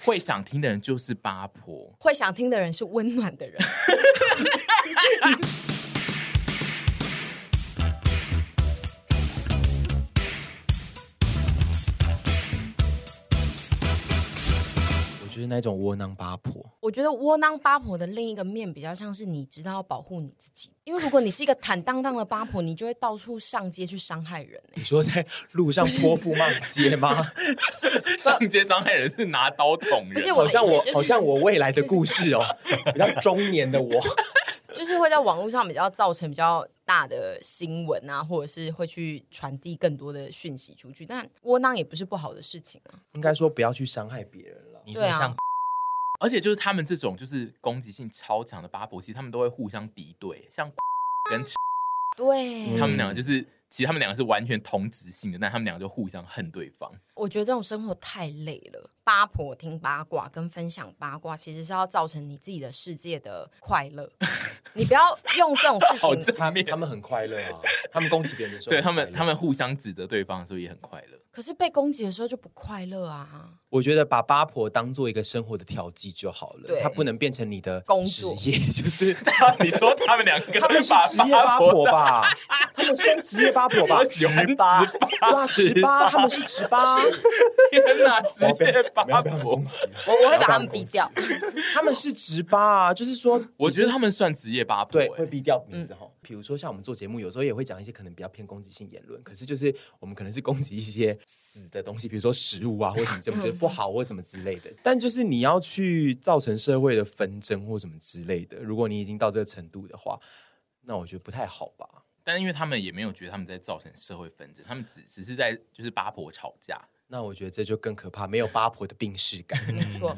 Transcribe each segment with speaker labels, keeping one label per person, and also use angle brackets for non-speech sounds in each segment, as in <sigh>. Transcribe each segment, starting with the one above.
Speaker 1: 会想听的人就是八婆。
Speaker 2: 会想听的人是温暖的人。 <laughs>
Speaker 3: 我就是那种窝囊八婆。
Speaker 2: 我觉得窝囊八婆的另一个面比较像是你知道要保护你自己，因为如果你是一个坦荡荡的八婆，你就会到处上街去伤害人、欸。
Speaker 3: 你说在路上泼妇骂街吗？
Speaker 1: <laughs> 上街伤害人是拿刀捅人，
Speaker 2: 不是我
Speaker 3: 好
Speaker 2: 的意
Speaker 3: 像我
Speaker 2: 思就
Speaker 3: 好
Speaker 2: 是
Speaker 3: 像我未来的故
Speaker 2: <laughs>
Speaker 3: 事哦，比较中年的我，
Speaker 2: 就是会在网络上比较造成比较大的新闻啊，或者是会去传递更多的讯息出去。但窝囊也不是不好的事情啊。
Speaker 3: 应该说不要去伤害别人了。
Speaker 4: 你
Speaker 2: 对
Speaker 4: 说
Speaker 2: 啊
Speaker 4: 像
Speaker 1: 而且就是他们这种就是攻击性超强的八婆，其实他们都会互相敌对，像跟
Speaker 3: 嗯
Speaker 2: 对，
Speaker 1: 他们两个就是，其实他们两个是完全同质性的，但他们两个就互相恨对方。
Speaker 2: 我觉得这种生活太累了。八婆听八卦跟分享八卦，其实是要造成你自己的世界的快乐。 <laughs> 你不要用这种事
Speaker 1: 好
Speaker 2: 情
Speaker 1: 正
Speaker 3: <laughs> 他
Speaker 1: 面，
Speaker 3: 他们很快乐啊，他们攻击别人的时候
Speaker 1: 对
Speaker 3: 很
Speaker 1: 他
Speaker 3: 快乐，
Speaker 1: 们，他们互相指责对方的时候也很快乐。 <laughs>
Speaker 2: 可是被攻击的时候就不快乐啊！
Speaker 3: 我觉得把八婆当做一个生活的调剂就好了
Speaker 2: 对，
Speaker 3: 它不能变成你的
Speaker 2: 工作
Speaker 3: 职业， <laughs> 就是
Speaker 1: 你说他们两个
Speaker 3: 他们是
Speaker 1: 把
Speaker 3: 职业八婆 <laughs> 吧？他们算职业八婆吧？
Speaker 1: 我喜欢
Speaker 3: 十八，
Speaker 1: 直
Speaker 3: 对啊，十八，他们是十八，
Speaker 1: 天哪，
Speaker 3: <laughs>
Speaker 1: 职
Speaker 3: 不要
Speaker 1: 业
Speaker 3: 不
Speaker 1: 八
Speaker 3: 要不要
Speaker 1: 婆
Speaker 3: 攻，击，
Speaker 2: <laughs> 我我会把
Speaker 3: 不要
Speaker 2: 他
Speaker 3: 当
Speaker 2: 们逼
Speaker 3: 公
Speaker 2: 掉。
Speaker 3: 他们是直八啊，就是说，
Speaker 1: 我觉得他们算职业八婆、
Speaker 3: 对会
Speaker 1: 欸。
Speaker 3: 逼掉名字哈。比如说像我们做节目，有时候也会讲一些可能比较偏攻击性言论，可是就是我们可能是攻击一些死的东西，比如说食物啊，或什么这么觉得不好或什么之类的。但就是你要去造成社会的纷争或什么之类的，如果你已经到这个程度的话，那我觉得不太好吧。
Speaker 1: 但因为他们也没有觉得他们在造成社会纷争，他们只只是在就是八婆吵架。
Speaker 3: 那我觉得这就更可怕，没有八婆的病逝感，
Speaker 2: 没错，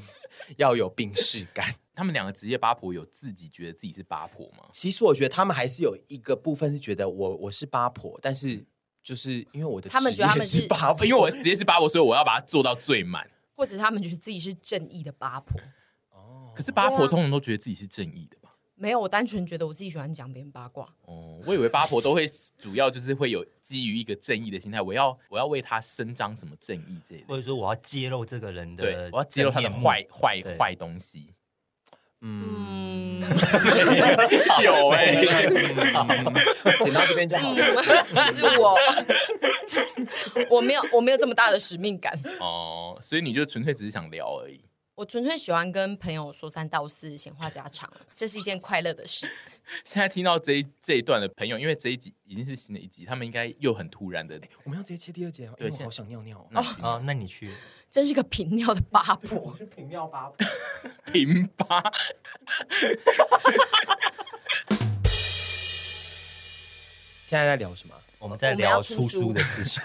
Speaker 3: 要有病逝感。
Speaker 1: 他们两个职业八婆有自己觉得自己是八婆
Speaker 4: <laughs>
Speaker 1: 吗？
Speaker 3: 其实我觉得他们还是有一个部分是觉得我我是八婆，但是就是因为我的
Speaker 2: 他们
Speaker 3: 职
Speaker 2: 觉得他
Speaker 3: 业
Speaker 2: 们
Speaker 3: 是
Speaker 2: 是
Speaker 3: 八
Speaker 4: 哦
Speaker 3: 婆，
Speaker 1: 因为我的职业是八婆，所以我要把它做到最满。
Speaker 2: 或者他们觉得自己是正义的八婆。
Speaker 4: 哦
Speaker 1: 可是八
Speaker 2: 对
Speaker 1: 婆
Speaker 2: 啊
Speaker 1: 通常都觉得自己是正义的吧？
Speaker 2: 没有，我单纯觉得我自己喜欢讲别人八卦。
Speaker 1: 哦，我以为八婆都会主要就是会有基于一个正义的心态，我要我要为他伸张什么正义这一类的，
Speaker 4: 或者说我要揭露这个人的
Speaker 1: 对
Speaker 4: 真面目，，
Speaker 1: 我要揭露他的坏坏
Speaker 4: 对
Speaker 1: 坏东
Speaker 4: <laughs>
Speaker 1: 西。
Speaker 2: 嗯，
Speaker 1: 有哎、
Speaker 4: 欸
Speaker 3: 剪到这边就好了。
Speaker 2: 嗯 <laughs> 是我，我没有，我没有这么大的使命感。
Speaker 1: <laughs> 哦，所以你就纯粹只是想聊而已。
Speaker 2: 我纯粹喜欢跟朋友说三道四、闲话家常，这是一件快乐的事。
Speaker 1: 现在听到这一这一段的朋友，因为这一集已经是新的一集，他们应该又很突然的。
Speaker 3: 我们要直接切第二节吗？
Speaker 1: 对
Speaker 3: 因为
Speaker 1: 现在
Speaker 3: 我好想尿尿哦。
Speaker 1: 那
Speaker 4: 啊，那你去
Speaker 2: 真是个平尿的八婆，
Speaker 3: 是平尿八婆。
Speaker 1: 平吧，
Speaker 3: 现在在聊什么？
Speaker 4: 我们在
Speaker 2: 我们要
Speaker 4: 聊
Speaker 2: 出
Speaker 4: 出
Speaker 2: 书
Speaker 4: 书的事情，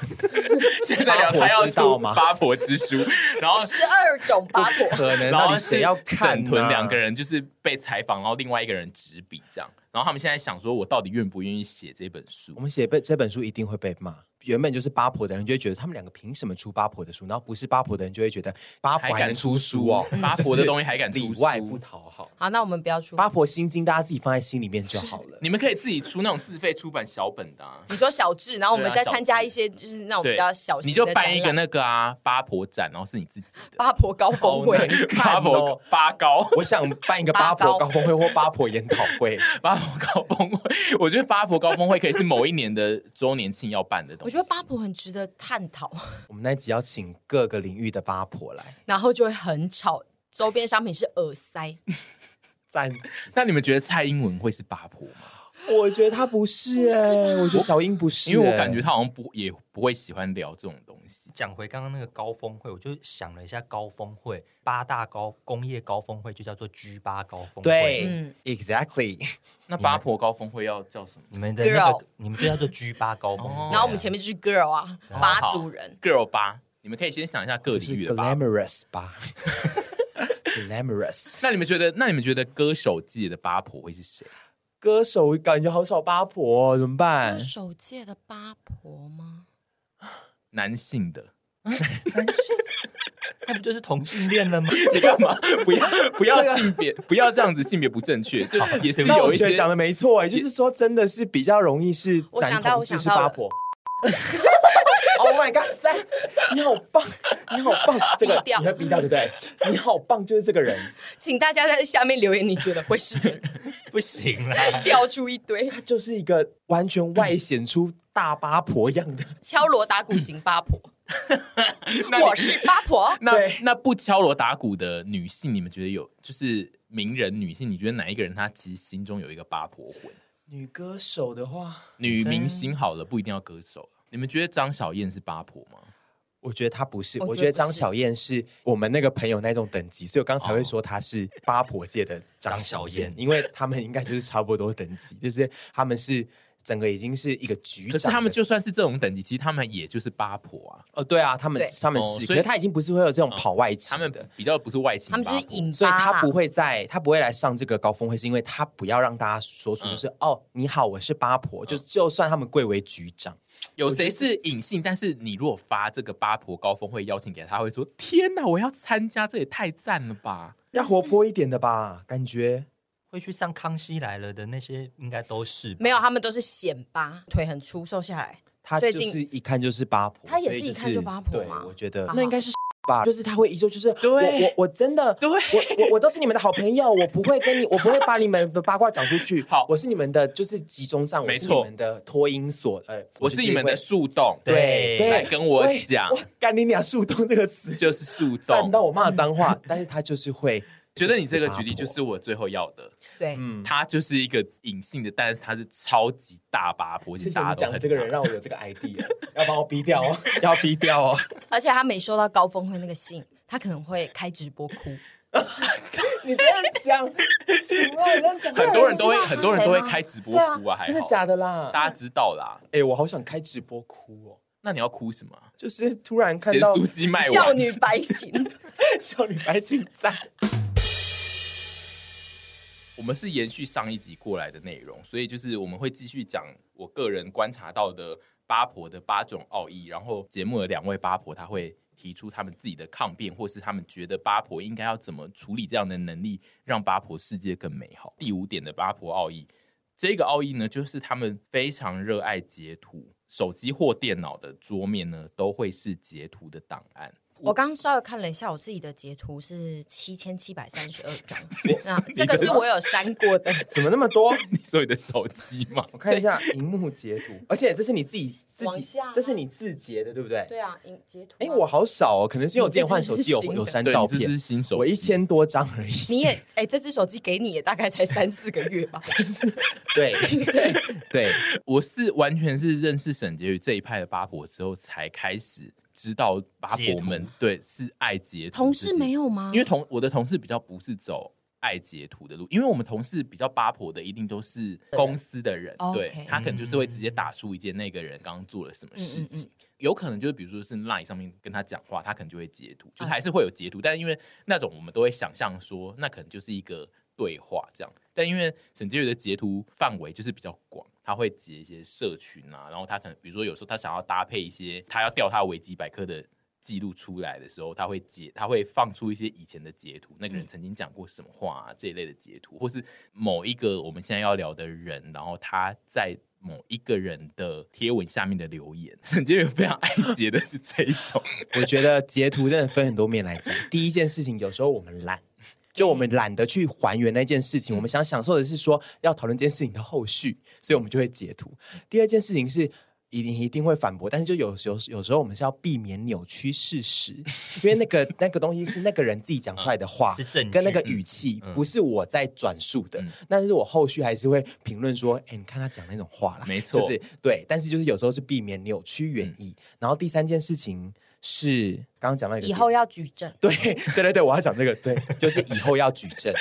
Speaker 1: 现在聊
Speaker 3: 八婆
Speaker 1: 他要
Speaker 3: 知道
Speaker 1: 出
Speaker 3: 吗
Speaker 1: 八婆之书，然后
Speaker 2: 十二种八婆。
Speaker 3: 可
Speaker 1: 然
Speaker 3: 能那
Speaker 1: 后
Speaker 3: 里
Speaker 1: 是
Speaker 3: 谁要看、
Speaker 1: 沈屯两个。人就是被采访，然后另外一个人执笔这样。然后他们现在想说，我到底愿不愿意写这本
Speaker 3: 我
Speaker 1: 书？
Speaker 3: 们写本这本书一定会被骂。原本就是八婆的人就会觉得他们两个凭什么出八婆的书，然后不是八婆的人就会觉得八婆还能出书哦，
Speaker 1: 八婆的东西还敢出
Speaker 3: 里
Speaker 1: 书
Speaker 3: 外不讨好。
Speaker 2: 好，那我们不要出。
Speaker 3: 八婆心经大家自己放在心里面就好了。
Speaker 1: 你们可以自己出那种自费出版小本的、啊，
Speaker 2: 你说小智，然后我们
Speaker 1: 对啊
Speaker 2: 再参加
Speaker 1: 小智
Speaker 2: 一些就是那种
Speaker 1: 对
Speaker 2: 比较小，型
Speaker 1: 你
Speaker 2: 的
Speaker 1: 就
Speaker 2: 展
Speaker 1: 办一个
Speaker 2: 览
Speaker 1: 那个啊八婆展，然后是你自己的
Speaker 2: 八婆高峰会
Speaker 3: 好，难看
Speaker 1: 八
Speaker 3: 哦
Speaker 1: 婆八高
Speaker 3: 我想办一个八婆
Speaker 2: 八高
Speaker 3: 高峰会或八婆研讨会，
Speaker 1: 八婆高峰会，我觉得八婆高峰会可以是某一年的周年庆要办的东
Speaker 2: 我
Speaker 1: 西。
Speaker 2: 觉得八婆很值得探讨， <laughs>
Speaker 3: 我们那集要请各个领域的八婆来
Speaker 2: 然后就会很吵。周边商品是耳塞，
Speaker 3: 赞。
Speaker 1: 那你们觉得蔡英文会是八婆吗？
Speaker 3: 我觉得他不是哎、我觉得小英不是欸、
Speaker 1: 因为我感觉她好像不也不会喜欢聊这种东西。
Speaker 4: 讲回刚刚那个高峰会，我就想了一下，高峰会八大高工业高峰会就叫做 G 八高峰会。
Speaker 3: 对、
Speaker 2: 嗯
Speaker 3: e x a c t l y
Speaker 1: 那八婆高峰会要叫什么
Speaker 4: 你们的那
Speaker 2: Girl
Speaker 4: 个，你们就叫做 G 八高峰
Speaker 1: 哦
Speaker 4: 会。
Speaker 2: 然后我们前面就是 girl 啊，八族人。
Speaker 1: ？Girl 八，你们可以先想一下各
Speaker 3: 就是
Speaker 1: 领域的八婆
Speaker 3: glamorous 吧 <laughs> ，glamorous
Speaker 1: 那你们觉得？那你们觉得歌手界的八婆会是谁？
Speaker 3: 歌手感觉好少八婆、哦，怎么办
Speaker 2: 歌？手界的八婆吗？
Speaker 1: 男性
Speaker 3: <laughs>
Speaker 1: 的？
Speaker 4: 那不就是同性恋了吗？
Speaker 1: 你干嘛？不要 <laughs> 不要性别，不要这样子性别不正确，就也是
Speaker 3: 那
Speaker 1: 有
Speaker 3: 我
Speaker 1: 一
Speaker 3: 觉得
Speaker 1: 些
Speaker 3: 讲的没错、欸，就是说真的是比较容易是
Speaker 2: 我
Speaker 3: 男
Speaker 2: 想到
Speaker 3: 同志
Speaker 2: 我
Speaker 3: 是
Speaker 2: 想到
Speaker 3: 八
Speaker 2: 了
Speaker 3: 婆， <laughs> Oh my god，三，你好棒，你好棒，这个
Speaker 2: 逼掉
Speaker 3: 你会逼掉对不对？你好棒，就是这个人，
Speaker 2: 请大家在下面留言，你觉得会是的人
Speaker 4: 不行啦，
Speaker 2: 掉出一堆
Speaker 3: 他就是一个完全外显出大八婆样的。
Speaker 2: 敲锣打鼓型八婆，
Speaker 1: 那你
Speaker 2: 我是八婆。
Speaker 1: <laughs> 那
Speaker 3: 对
Speaker 1: 那不敲锣打鼓的女性，你们觉得有就是名人女性，你觉得哪一个人她其实心中有一个八婆魂？
Speaker 3: 女歌手的话，
Speaker 1: 女明星好了，不一定要歌手。你们觉得张小燕是八婆吗？
Speaker 3: 我觉得她不是，
Speaker 2: 我
Speaker 3: 我
Speaker 2: 觉
Speaker 3: 觉
Speaker 2: 得
Speaker 3: 得
Speaker 2: 不
Speaker 3: 张
Speaker 2: 是
Speaker 3: 小燕是我们那个朋友那种等级，所以我刚才会说她是八婆界的张小
Speaker 4: 张小
Speaker 3: <laughs>
Speaker 4: 燕
Speaker 3: 燕，因为他们应该就是差不多等级，就是他们是整个已经是一个局长的。
Speaker 1: 可是他们就算是这种等级，其实他们也就是八婆啊，
Speaker 3: 哦，对啊，他们
Speaker 2: 对
Speaker 3: 他们
Speaker 1: 哦
Speaker 3: 是，
Speaker 1: 所
Speaker 3: 可
Speaker 1: 以哦
Speaker 3: 是他已经不是会有这种跑外勤
Speaker 1: 他们
Speaker 3: 的。
Speaker 1: 比较不是外勤
Speaker 2: 他
Speaker 1: 八
Speaker 2: 们
Speaker 1: 婆，
Speaker 2: 就是引
Speaker 3: 所以
Speaker 2: 发
Speaker 3: 他
Speaker 2: 啦
Speaker 3: 不会在，他不会来上这个高峰会，是因为他不要让大家说出就是、哦，你好，我是八婆，就就算他们贵为局长，
Speaker 1: 有谁是隐性？但是你如果发这个八婆高峰会邀请给他，他会说：“天哪，我要参加，这也太赞了吧
Speaker 3: 要活泼一点的吧，感觉
Speaker 4: 会去上《康熙来了》的那些应该都是吧
Speaker 2: 没有，他们都是显八，腿很粗，瘦下来。
Speaker 3: 他
Speaker 2: 最
Speaker 3: 就
Speaker 2: 近
Speaker 3: 是一看就是八婆，
Speaker 2: 他也
Speaker 3: 所以
Speaker 2: 是一看就八婆
Speaker 3: 对
Speaker 2: 嘛
Speaker 3: 我觉得
Speaker 2: 好
Speaker 3: 那应该是吧，就是他会依旧就是
Speaker 1: 对
Speaker 3: 我我我真的
Speaker 1: 对
Speaker 3: 我我我都是你们的好朋友，我不会跟你，我不会把你们的八卦讲出去，
Speaker 1: 好
Speaker 3: 我是你们的就是集中站，我
Speaker 1: 没
Speaker 3: 是
Speaker 1: 错
Speaker 3: 你们的脱音所，呃，！”
Speaker 1: 我
Speaker 3: 就是
Speaker 1: 你们
Speaker 3: 会
Speaker 1: 的树洞，
Speaker 4: 对
Speaker 3: 对，
Speaker 1: 来跟我讲
Speaker 3: 喂，哇干你俩树洞这个词，
Speaker 1: 就是树
Speaker 3: <laughs> 赞
Speaker 1: 洞。
Speaker 3: 到我骂脏话，但是他就是会
Speaker 1: 觉得你这个举例就是我最后要的，
Speaker 2: 对，
Speaker 3: 嗯。
Speaker 1: 她就是一个隐性的，但是她是超级大八婆，而
Speaker 3: 谢
Speaker 1: 且
Speaker 3: 谢
Speaker 1: 大
Speaker 3: 你
Speaker 1: 家都
Speaker 3: 讲
Speaker 1: 很
Speaker 3: 这个人，
Speaker 1: 大
Speaker 3: 让我有这个 idea，要帮我逼掉哦，要逼掉哦。
Speaker 2: 而且他没收到高峰会那个信，他可能会开直播哭。
Speaker 3: 你这样讲，不行啊！你这样讲，
Speaker 1: 很多人都会
Speaker 2: 知道是
Speaker 1: 很多人都会
Speaker 2: 谁吗
Speaker 1: 开直播
Speaker 2: 对啊
Speaker 1: 哭啊，还
Speaker 3: 真的
Speaker 1: 好
Speaker 3: 假的啦？
Speaker 1: 大家知道啦。
Speaker 3: 哎、我好想开直播哭哦，
Speaker 1: 那你要哭什么啊？
Speaker 3: 就是突然看
Speaker 1: 咸
Speaker 3: 到
Speaker 1: 酥鸡卖
Speaker 2: 少
Speaker 1: 完，
Speaker 2: 女白情，
Speaker 3: 少女白情在，
Speaker 1: 我们是延续上一集过来的内容，所以就是我们会继续讲我个人观察到的八婆的八种奥义，然后节目的两位八婆她会提出他们自己的抗辩，或是他们觉得八婆应该要怎么处理这样的能力，让八婆世界更美好。第五点的八婆奥义，这个奥义呢，就是他们非常热爱截图，手机或电脑的桌面呢都会是截图的档案。
Speaker 2: 我刚刚稍微看了一下我自己的截图，是七千七百三十二张。
Speaker 1: <laughs>
Speaker 2: 那这个是我有删过的，
Speaker 3: 怎么那么多？
Speaker 1: 你说你的手机吗？
Speaker 3: <laughs> 我看一下荧幕截图，而且这是你自己自
Speaker 2: 往
Speaker 3: 己
Speaker 2: 下啊，
Speaker 3: 这是你自截的，对不对？
Speaker 2: 对啊，影截图啊。
Speaker 3: 哎、我好少哦，可能是因为我之前换手机有
Speaker 2: 你这是新的
Speaker 3: 有删
Speaker 1: 对，
Speaker 3: 照
Speaker 1: 你这是
Speaker 3: 片，
Speaker 1: 新手机，啊
Speaker 3: 我一千多张而已。
Speaker 2: 你也哎，这只手机给你也大概才三四个月
Speaker 1: <laughs>
Speaker 2: 吧。
Speaker 3: <laughs> 对对，
Speaker 1: 我是完全是认识沈婕妤这一派的八婆之后，才开始知道八婆们对是爱截图。
Speaker 2: 同事没，有吗？
Speaker 1: 因为同我的同事比较不是走爱截图的路，因为我们同事比较八婆的，一定都是公司的人，
Speaker 2: OK
Speaker 1: 对他可能就是会直接打出一件那个人刚刚做了什么事
Speaker 2: 嗯嗯
Speaker 1: 情。有可能就是，比如说是 LINE 上面跟他讲话，他可能就会截图，
Speaker 2: 嗯
Speaker 1: 就是还是会有截图，但因为那种我们都会想象说，那可能就是一个对话这样。但因为沈婕妤的截图范围就是比较广，他会截一些社群啊，然后他可能比如说有时候他想要搭配一些，他要调他维基百科的记录出来的时候，他会截，他会放出一些以前的截图，那个
Speaker 3: 嗯
Speaker 1: 人曾经讲过什么话、啊、这一类的截图，或是某一个我们现在要聊的人，然后他在。某一个人的贴文下面的留言， <laughs> 沈婕妤非常爱截的是这一种，
Speaker 3: 我觉得截图真的分很多面来讲。第一件事情，有时候我们懒。就我们懒得去还原那件事情，我们想享受的是说要讨论这件事情的后续，所以我们就会截图。第二件事情是，一定一定会反驳，但是就有时候有时候我们是要避免扭曲事实，因为那个那个东西是那个人自己讲出来的话，
Speaker 4: 嗯是证据
Speaker 3: 跟那个语气
Speaker 4: 嗯
Speaker 3: 不是我在转述的
Speaker 1: 嗯，
Speaker 3: 但是我后续还是会评论说，哎，你看他讲那种话啦，
Speaker 1: 没错
Speaker 3: 就是对，但是就是有时候是避免扭曲
Speaker 1: 嗯
Speaker 3: 原意。然后第三件事情是刚刚讲到一个
Speaker 2: 以
Speaker 3: 点
Speaker 2: 后要举证，
Speaker 3: 对对对对，我要讲这个，对，就是以后要举
Speaker 2: <laughs>
Speaker 3: 证，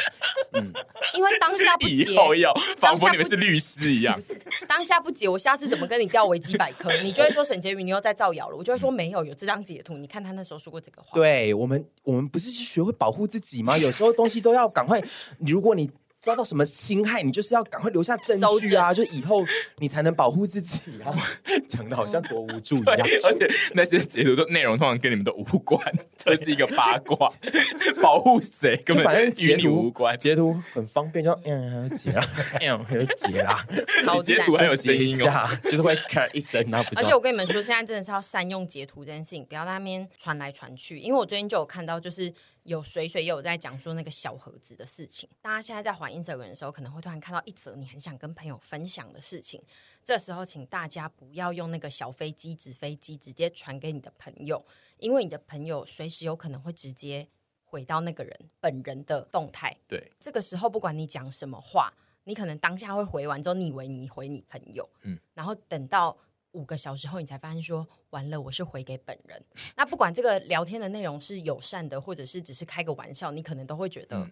Speaker 2: 因为当下不
Speaker 1: 以
Speaker 2: 截，
Speaker 1: 后要
Speaker 2: 当
Speaker 1: 仿佛
Speaker 2: 下不
Speaker 1: 你们是律师一样
Speaker 2: 不。是当下不解，我下次怎么跟你调维基百科？你就会说沈婕妤，你又在造谣了。我就会说没有，有这张截图，你看他那时候说过这个话。
Speaker 3: 对我们我们不是去学会保护自己吗？有时候东西都要赶快，如果你。遭到什么侵害，你就是要赶快留下证
Speaker 2: 搜
Speaker 3: 据啊，就以后你才能保护自己啊。 <laughs> 讲的好像多无助一样。
Speaker 1: 而且那些截图都内容通常跟你们都无关，这是一个八
Speaker 3: <laughs>
Speaker 1: 卦，保护谁根
Speaker 3: 就
Speaker 1: 本
Speaker 3: 反正
Speaker 1: 与
Speaker 3: 截
Speaker 1: 你
Speaker 3: 图
Speaker 1: 无关。
Speaker 3: 截图很方便，就嗯
Speaker 1: <laughs>
Speaker 3: 截啊，嗯截啊，
Speaker 2: 超
Speaker 1: 截
Speaker 2: 赞。
Speaker 1: 图还有
Speaker 3: 截
Speaker 1: 声
Speaker 3: 一
Speaker 1: 音哦，
Speaker 3: 下，就是会咔一声啊，不是
Speaker 2: 而
Speaker 3: 吗
Speaker 2: 且我跟你们说，现在真的是要善用截图这件事情，不要在那边传来传去。因为我最近就有看到，就是有水水也有在讲说那个小盒子的事情。大家现在在还 Instagram 的时候，可能会突然看到一则你很想跟朋友分享的事情。这时候，请大家不要用那个小飞机、纸飞机直接传给你的朋友，因为你的朋友随时有可能会直接回到那个人本人的动态。
Speaker 1: 对，
Speaker 2: 这个时候不管你讲什么话，你可能当下会回完之后，你以为你回你朋友，
Speaker 1: 嗯
Speaker 2: 嗯，然后等到五个小时后，你才发现说完了，我是回给本人。那不管这个聊天的内容是友善的，或者是只是开个玩笑，你可能都会觉得。
Speaker 1: 嗯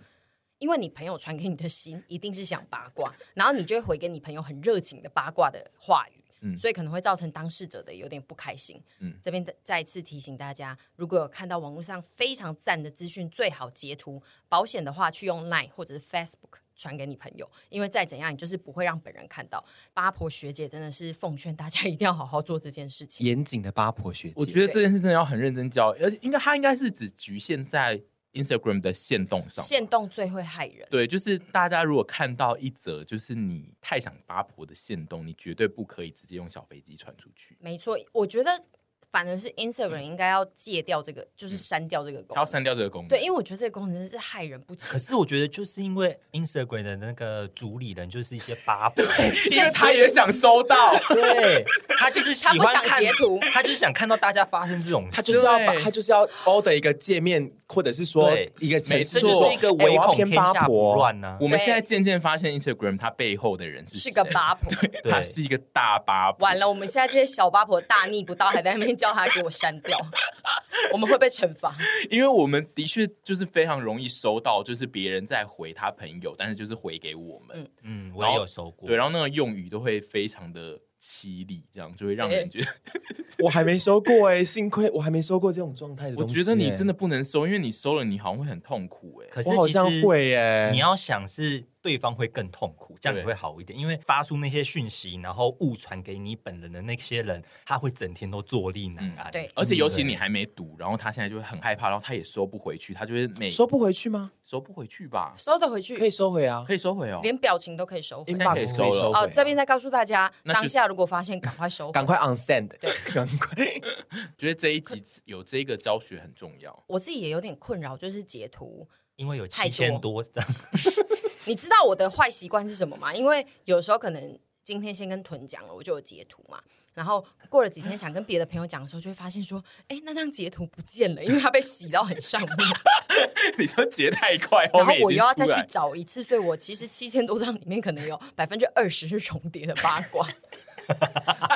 Speaker 2: 因为你朋友传给你的心一定是想八卦，然后你就会回给你朋友很热情的八卦的话语，
Speaker 1: 嗯
Speaker 2: 所以可能会造成当事者的有点不开心。
Speaker 1: 嗯
Speaker 2: 这边再再次提醒大家，如果有看到网络上非常赞的资讯，最好截图。保险的话，去用 Line 或者是 Facebook 传给你朋友，因为再怎样，你就是不会让本人看到。八婆学姐真的是奉劝大家一定要好好做这件事情。
Speaker 3: 严谨的八婆学姐，
Speaker 1: 我觉得这件事真的要很认真教，而且应该他应该是只局限在 Instagram 的限动上吧。
Speaker 2: 限动最会害人，
Speaker 1: 对，就是大家如果看到一则就是你太想八婆的限动，你绝对不可以直接用小飞机传出去，
Speaker 2: 没错，我觉得反而是 Instagram 应该要戒掉这个，就是删掉这个功
Speaker 1: 他要
Speaker 2: 能。
Speaker 1: 删掉这个功能。
Speaker 2: 对，因为我觉得这个功能真的是害人不
Speaker 4: 可
Speaker 2: 浅。
Speaker 4: 是我觉得，就是因为 Instagram 的那个主理人就是一些八婆，
Speaker 1: 因为他也想收到，
Speaker 4: 对他就是喜
Speaker 2: 他
Speaker 4: 欢
Speaker 2: 不想
Speaker 4: 看
Speaker 2: 截图
Speaker 4: 他就是想看到大家发生这种
Speaker 3: 他
Speaker 4: 事，
Speaker 3: 就是要把，
Speaker 1: 对
Speaker 3: 他就是要 order 一个界面，或者是说
Speaker 4: 对
Speaker 3: 一个城市
Speaker 4: 这
Speaker 1: 没错
Speaker 4: 就
Speaker 3: 说，
Speaker 4: 是一个
Speaker 3: 哎我
Speaker 4: 唯
Speaker 3: 要
Speaker 4: 恐
Speaker 3: 偏
Speaker 4: 天
Speaker 3: 八
Speaker 4: 下
Speaker 3: 婆
Speaker 4: 不乱啊呢、
Speaker 1: 我们现在渐渐发现 Instagram 它背后的人是
Speaker 2: 是
Speaker 1: 谁
Speaker 2: 个，八婆，
Speaker 4: 对
Speaker 1: 他是一个大八婆。
Speaker 2: 完了，我们现在这些小八婆大逆不道，还在那边叫她给我删掉，我们会被惩罚。
Speaker 1: 因为我们的确就是非常容易收到，就是别人在回他朋友，但是就是回给我们，
Speaker 2: 嗯
Speaker 4: 嗯，我也有收过。
Speaker 1: 对，然后那个用语都会非常的犀利，这样就会让人觉得，
Speaker 3: 我还没收过哎、幸亏我还没收过这种状态的
Speaker 1: 我
Speaker 3: 东西、哎
Speaker 1: 觉得你真的
Speaker 3: 的，
Speaker 1: 不能收，因为你收了，你好像会很痛苦哎、
Speaker 4: 可是
Speaker 3: 我好
Speaker 4: 其实
Speaker 3: 像会哎、
Speaker 4: 你要想是对方会更痛苦，这样
Speaker 1: 对
Speaker 4: 你会好一点，因为发出那些讯息，然后误传给你本人的那些人，他会整天都坐立难安。
Speaker 1: 嗯
Speaker 2: 对
Speaker 1: 而且尤其你还没读，然后他现在就会很害怕，然后他也收不回去，他就会每
Speaker 3: 收不回去吗？
Speaker 1: 收不回去吧，
Speaker 2: 收得回去，
Speaker 3: 可以收回啊，
Speaker 1: 可以收回哦。
Speaker 2: 连表情都可以收回。
Speaker 1: 现在可以
Speaker 3: inbox 可以
Speaker 1: 收了
Speaker 3: 收回、啊
Speaker 2: 哦，这边再告诉大家，
Speaker 1: 那就
Speaker 2: 当下如果发现，赶快收回
Speaker 3: 赶。快 unsend，
Speaker 2: 对
Speaker 3: <laughs> 赶快。
Speaker 1: 觉得这一集有这个教学很重要， <laughs>
Speaker 2: 我自己也有点困扰，就是截图。
Speaker 4: 因为有
Speaker 2: 太
Speaker 4: 七
Speaker 2: 多
Speaker 4: 千多张，
Speaker 2: 你知道我的坏习惯是什么吗？因为有时候可能今天先跟屯讲了，我就有截图嘛。然后过了几天想跟别的朋友讲的时候，就会发现说，哎，那张截图不见了，因为它被洗到很
Speaker 1: <laughs>
Speaker 2: 上面。
Speaker 1: 你说截太快，后
Speaker 2: 然后
Speaker 1: 面
Speaker 2: 我
Speaker 1: 已经
Speaker 2: 又要再
Speaker 1: 出来
Speaker 2: 去找一次，所以我其实七千多张里面可能有百分之二十是重叠的八卦。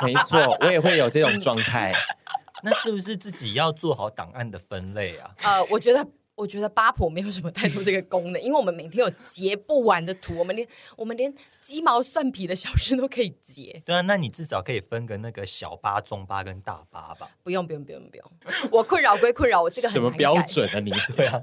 Speaker 3: 没错，我也会有这种状
Speaker 1: <laughs>
Speaker 3: 态。
Speaker 4: <laughs> 那是不是自己要做好档案的分类啊？
Speaker 2: <laughs> 呃，我觉得。我觉得八婆没有什么太多这个功能，因为我们每天有截不完的图，我们连我们连鸡毛蒜皮的小事都可以截。
Speaker 4: 对啊，那你至少可以分个那个小八、中八跟大八吧。
Speaker 2: 不用不用不用不用，我困扰归困扰，我这个很
Speaker 3: 什么
Speaker 2: 难
Speaker 3: 标
Speaker 2: 改？
Speaker 3: 准啊你？
Speaker 4: 对啊，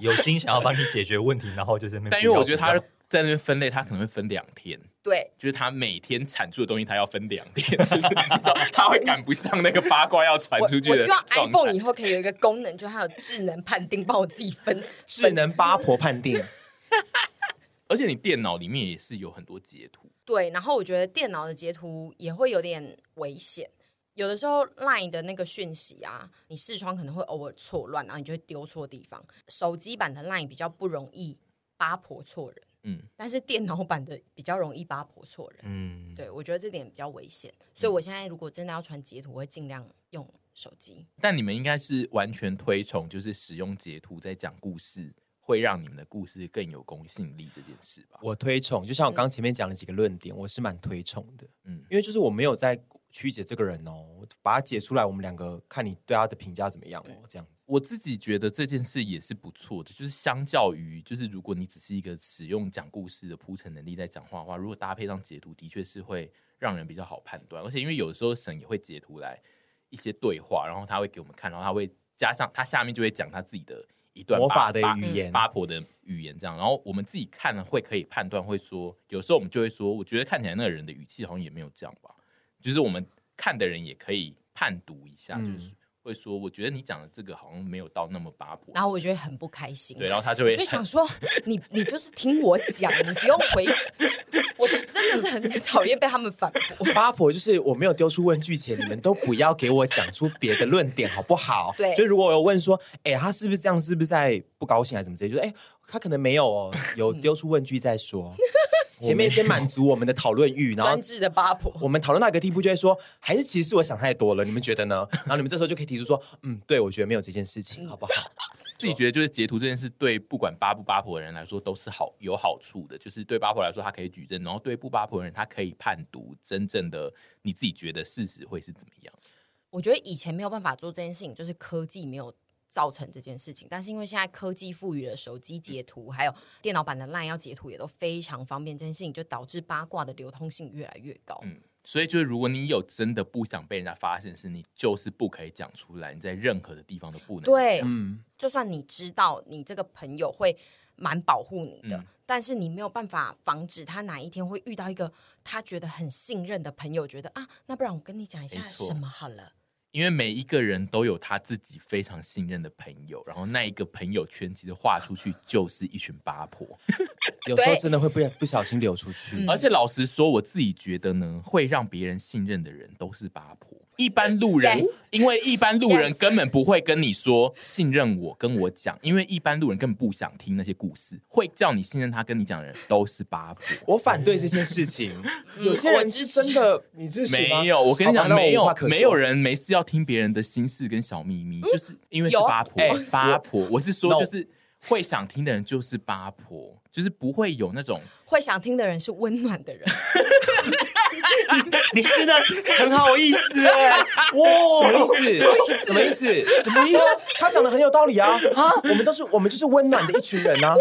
Speaker 4: 有心想要帮你解决问题，然后就是那边
Speaker 1: 但因为
Speaker 4: 不要
Speaker 1: 我觉得
Speaker 4: 不要
Speaker 1: 他在那边分类，他可能会分两天，
Speaker 2: 对，
Speaker 1: 就是他每天产出的东西，他要分两天，就是 <laughs> 你知道他会赶不上那个八卦要传
Speaker 2: 我
Speaker 1: 出去
Speaker 2: 我
Speaker 1: 的
Speaker 2: 希望
Speaker 1: 状
Speaker 2: iPhone 以
Speaker 1: 态。
Speaker 2: 后可以有一个功能，就是它有智能判定，帮我自己分。
Speaker 3: <laughs> 智能八婆判定，
Speaker 1: 而且你电脑里面也是有很多截图，
Speaker 2: 对，然后我觉得电脑的截图也会有点危险，有的时候 LINE 的那个讯息啊，你视窗可能会偶尔错乱，然后你就会丢错地方。手机版的 LINE 比较不容易八婆错人，
Speaker 1: 嗯，
Speaker 2: 但是电脑版的比较容易八婆错人。
Speaker 4: 嗯， <laughs>
Speaker 2: 对，我觉得这点比较危险，所以我现在如果真的要传截图，我会尽量用手机。
Speaker 1: 但你们应该是完全推崇，就是使用截图在讲故事，会让你们的故事更有公信力这件事吧？
Speaker 3: 我推崇，就像我刚前面讲了几个论点，我是蛮推崇的。
Speaker 1: 嗯
Speaker 3: 嗯，因为就是我没有在曲解这个人哦，我把他解出来，我们两个看你对他的评价怎么样哦，这样子。
Speaker 1: 我自己觉得这件事也是不错的，就是相较于，就是如果你只是一个使用讲故事的铺陈能力在讲话的话，如果搭配上截图，的确是会让人比较好判断。而且因为有时候神也会截图来一些对话，然后他会给我们看，然后他会加上他下面就会讲他自己的一一段
Speaker 3: 魔
Speaker 1: 八
Speaker 3: 法的
Speaker 1: 八嗯
Speaker 3: 语言
Speaker 1: 八婆的语言这样，然后我们自己看了会可以判断，会说有时候我们就会说，我觉得看起来那个人的语气好像也没有这样吧，就是我们看的人也可以判读一下，
Speaker 3: 嗯
Speaker 1: 就是会说，我觉得你讲的这个好像没有到那么八婆，
Speaker 2: 然后我就会很不开心。
Speaker 1: 对，然后他就
Speaker 2: 我
Speaker 1: 会
Speaker 2: 就想说，你你就是听我讲，你不用回。 <laughs> 我真的是很讨厌被他们反驳。
Speaker 3: 八婆就是我没有丢出问句前，你们都不要给我讲出别的论点，好不好？
Speaker 2: 对
Speaker 3: 就如果我有问说，哎、他是不是这样，是不是在不高兴还是怎么之类，就是哎、他可能没有哦，有丢出问句再说。前面先满足我们的讨论欲，然后
Speaker 2: 专制的八婆，
Speaker 3: 我们讨论到一个地步，就会说，还是其实是我想太多了，你们觉得 <laughs> 呢？然后你们这时候就可以提出说，嗯，对，我觉得没有这件事情，好不好？
Speaker 1: 自己觉得就是截图这件事对不管八不八婆的人来说都是好有好处的，就是对八婆来说他可以举证，然后对不八婆的人他可以判读真正的你自己觉得事实会是怎么样。
Speaker 2: 我觉得以前没有办法做这件事情，就是科技没有造成这件事情。但是因为现在科技赋予了手机截图，还有电脑版的 LINE 要截图也都非常方便，这件事情就导致八卦的流通性越来越高。
Speaker 1: 所以就是如果你有真的不想被人家发现，是你就是不可以讲出来，你在任何的地方都不能
Speaker 2: 对
Speaker 1: 讲。
Speaker 3: <laughs> 嗯，
Speaker 2: 就算你知道你这个朋友会蛮保护你的，
Speaker 1: 嗯
Speaker 2: 但是你没有办法防止他哪一天会遇到一个他觉得很信任的朋友，觉得啊，那不然我跟你讲一下
Speaker 1: 没错
Speaker 2: 什么好了。
Speaker 1: 因为每一个人都有他自己非常信任的朋友，然后那一个朋友圈其实画出去就是一群八婆。
Speaker 3: 有时候
Speaker 2: 对
Speaker 3: 真的会不不小心流出去。
Speaker 2: 嗯
Speaker 1: 而且老实说，我自己觉得呢，会让别人信任的人都是八婆。一般路人
Speaker 2: Yes
Speaker 1: 因为一般路人
Speaker 2: Yes
Speaker 1: 根本不会跟你说信任我，跟我讲，因为一般路人根本不想听那些故事。会叫你信任他跟你讲的人都是八婆。
Speaker 3: 我反对这件事情，有些
Speaker 2: 我
Speaker 3: 人
Speaker 2: 支
Speaker 3: 是
Speaker 2: 持
Speaker 3: 真的，你嗯支持吗
Speaker 1: 没有，我跟你讲，
Speaker 3: 好吧那我
Speaker 1: 没
Speaker 3: 无话
Speaker 1: 有
Speaker 3: 可，说
Speaker 1: 没有人没事要听别人的心事跟小秘密，就是因为是
Speaker 2: 有
Speaker 1: 八婆
Speaker 3: 哎，
Speaker 1: 八婆，我是说
Speaker 3: No
Speaker 1: 就是会想听的人就是八婆，就是不会有那种
Speaker 2: 会想听的人是温
Speaker 1: <laughs>
Speaker 2: 暖的人，
Speaker 3: 你真的很好 <laughs> 意思哎、哇，什么意思？什么意思？什么意思？他讲的很有道理啊！啊，我们都是我们就是温暖的一群 <laughs> 人啊！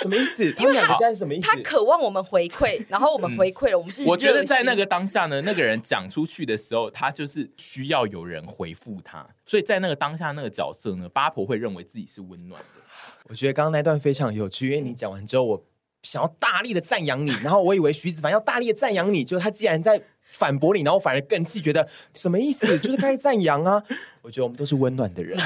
Speaker 3: 什么意思？他们两个现在是什么意思
Speaker 2: 他？渴望我们回馈，然后我们回馈了，我们是
Speaker 1: 嗯我觉
Speaker 2: 热
Speaker 1: 得
Speaker 2: 心
Speaker 1: 在那个当下呢，那个人讲出去的时候，他就是需要有人回复他，所以在那个当下那个角色呢，八婆会认为自己是温暖的。
Speaker 3: 我觉得刚刚那段非常有趣，因为你讲完之后，我想要大力的赞扬你，然后我以为徐子凡要大力的赞扬你，就他既然在。反驳你，然后我反而更气，觉得什么意思？就是该赞扬啊！我觉得我们都是温暖的人。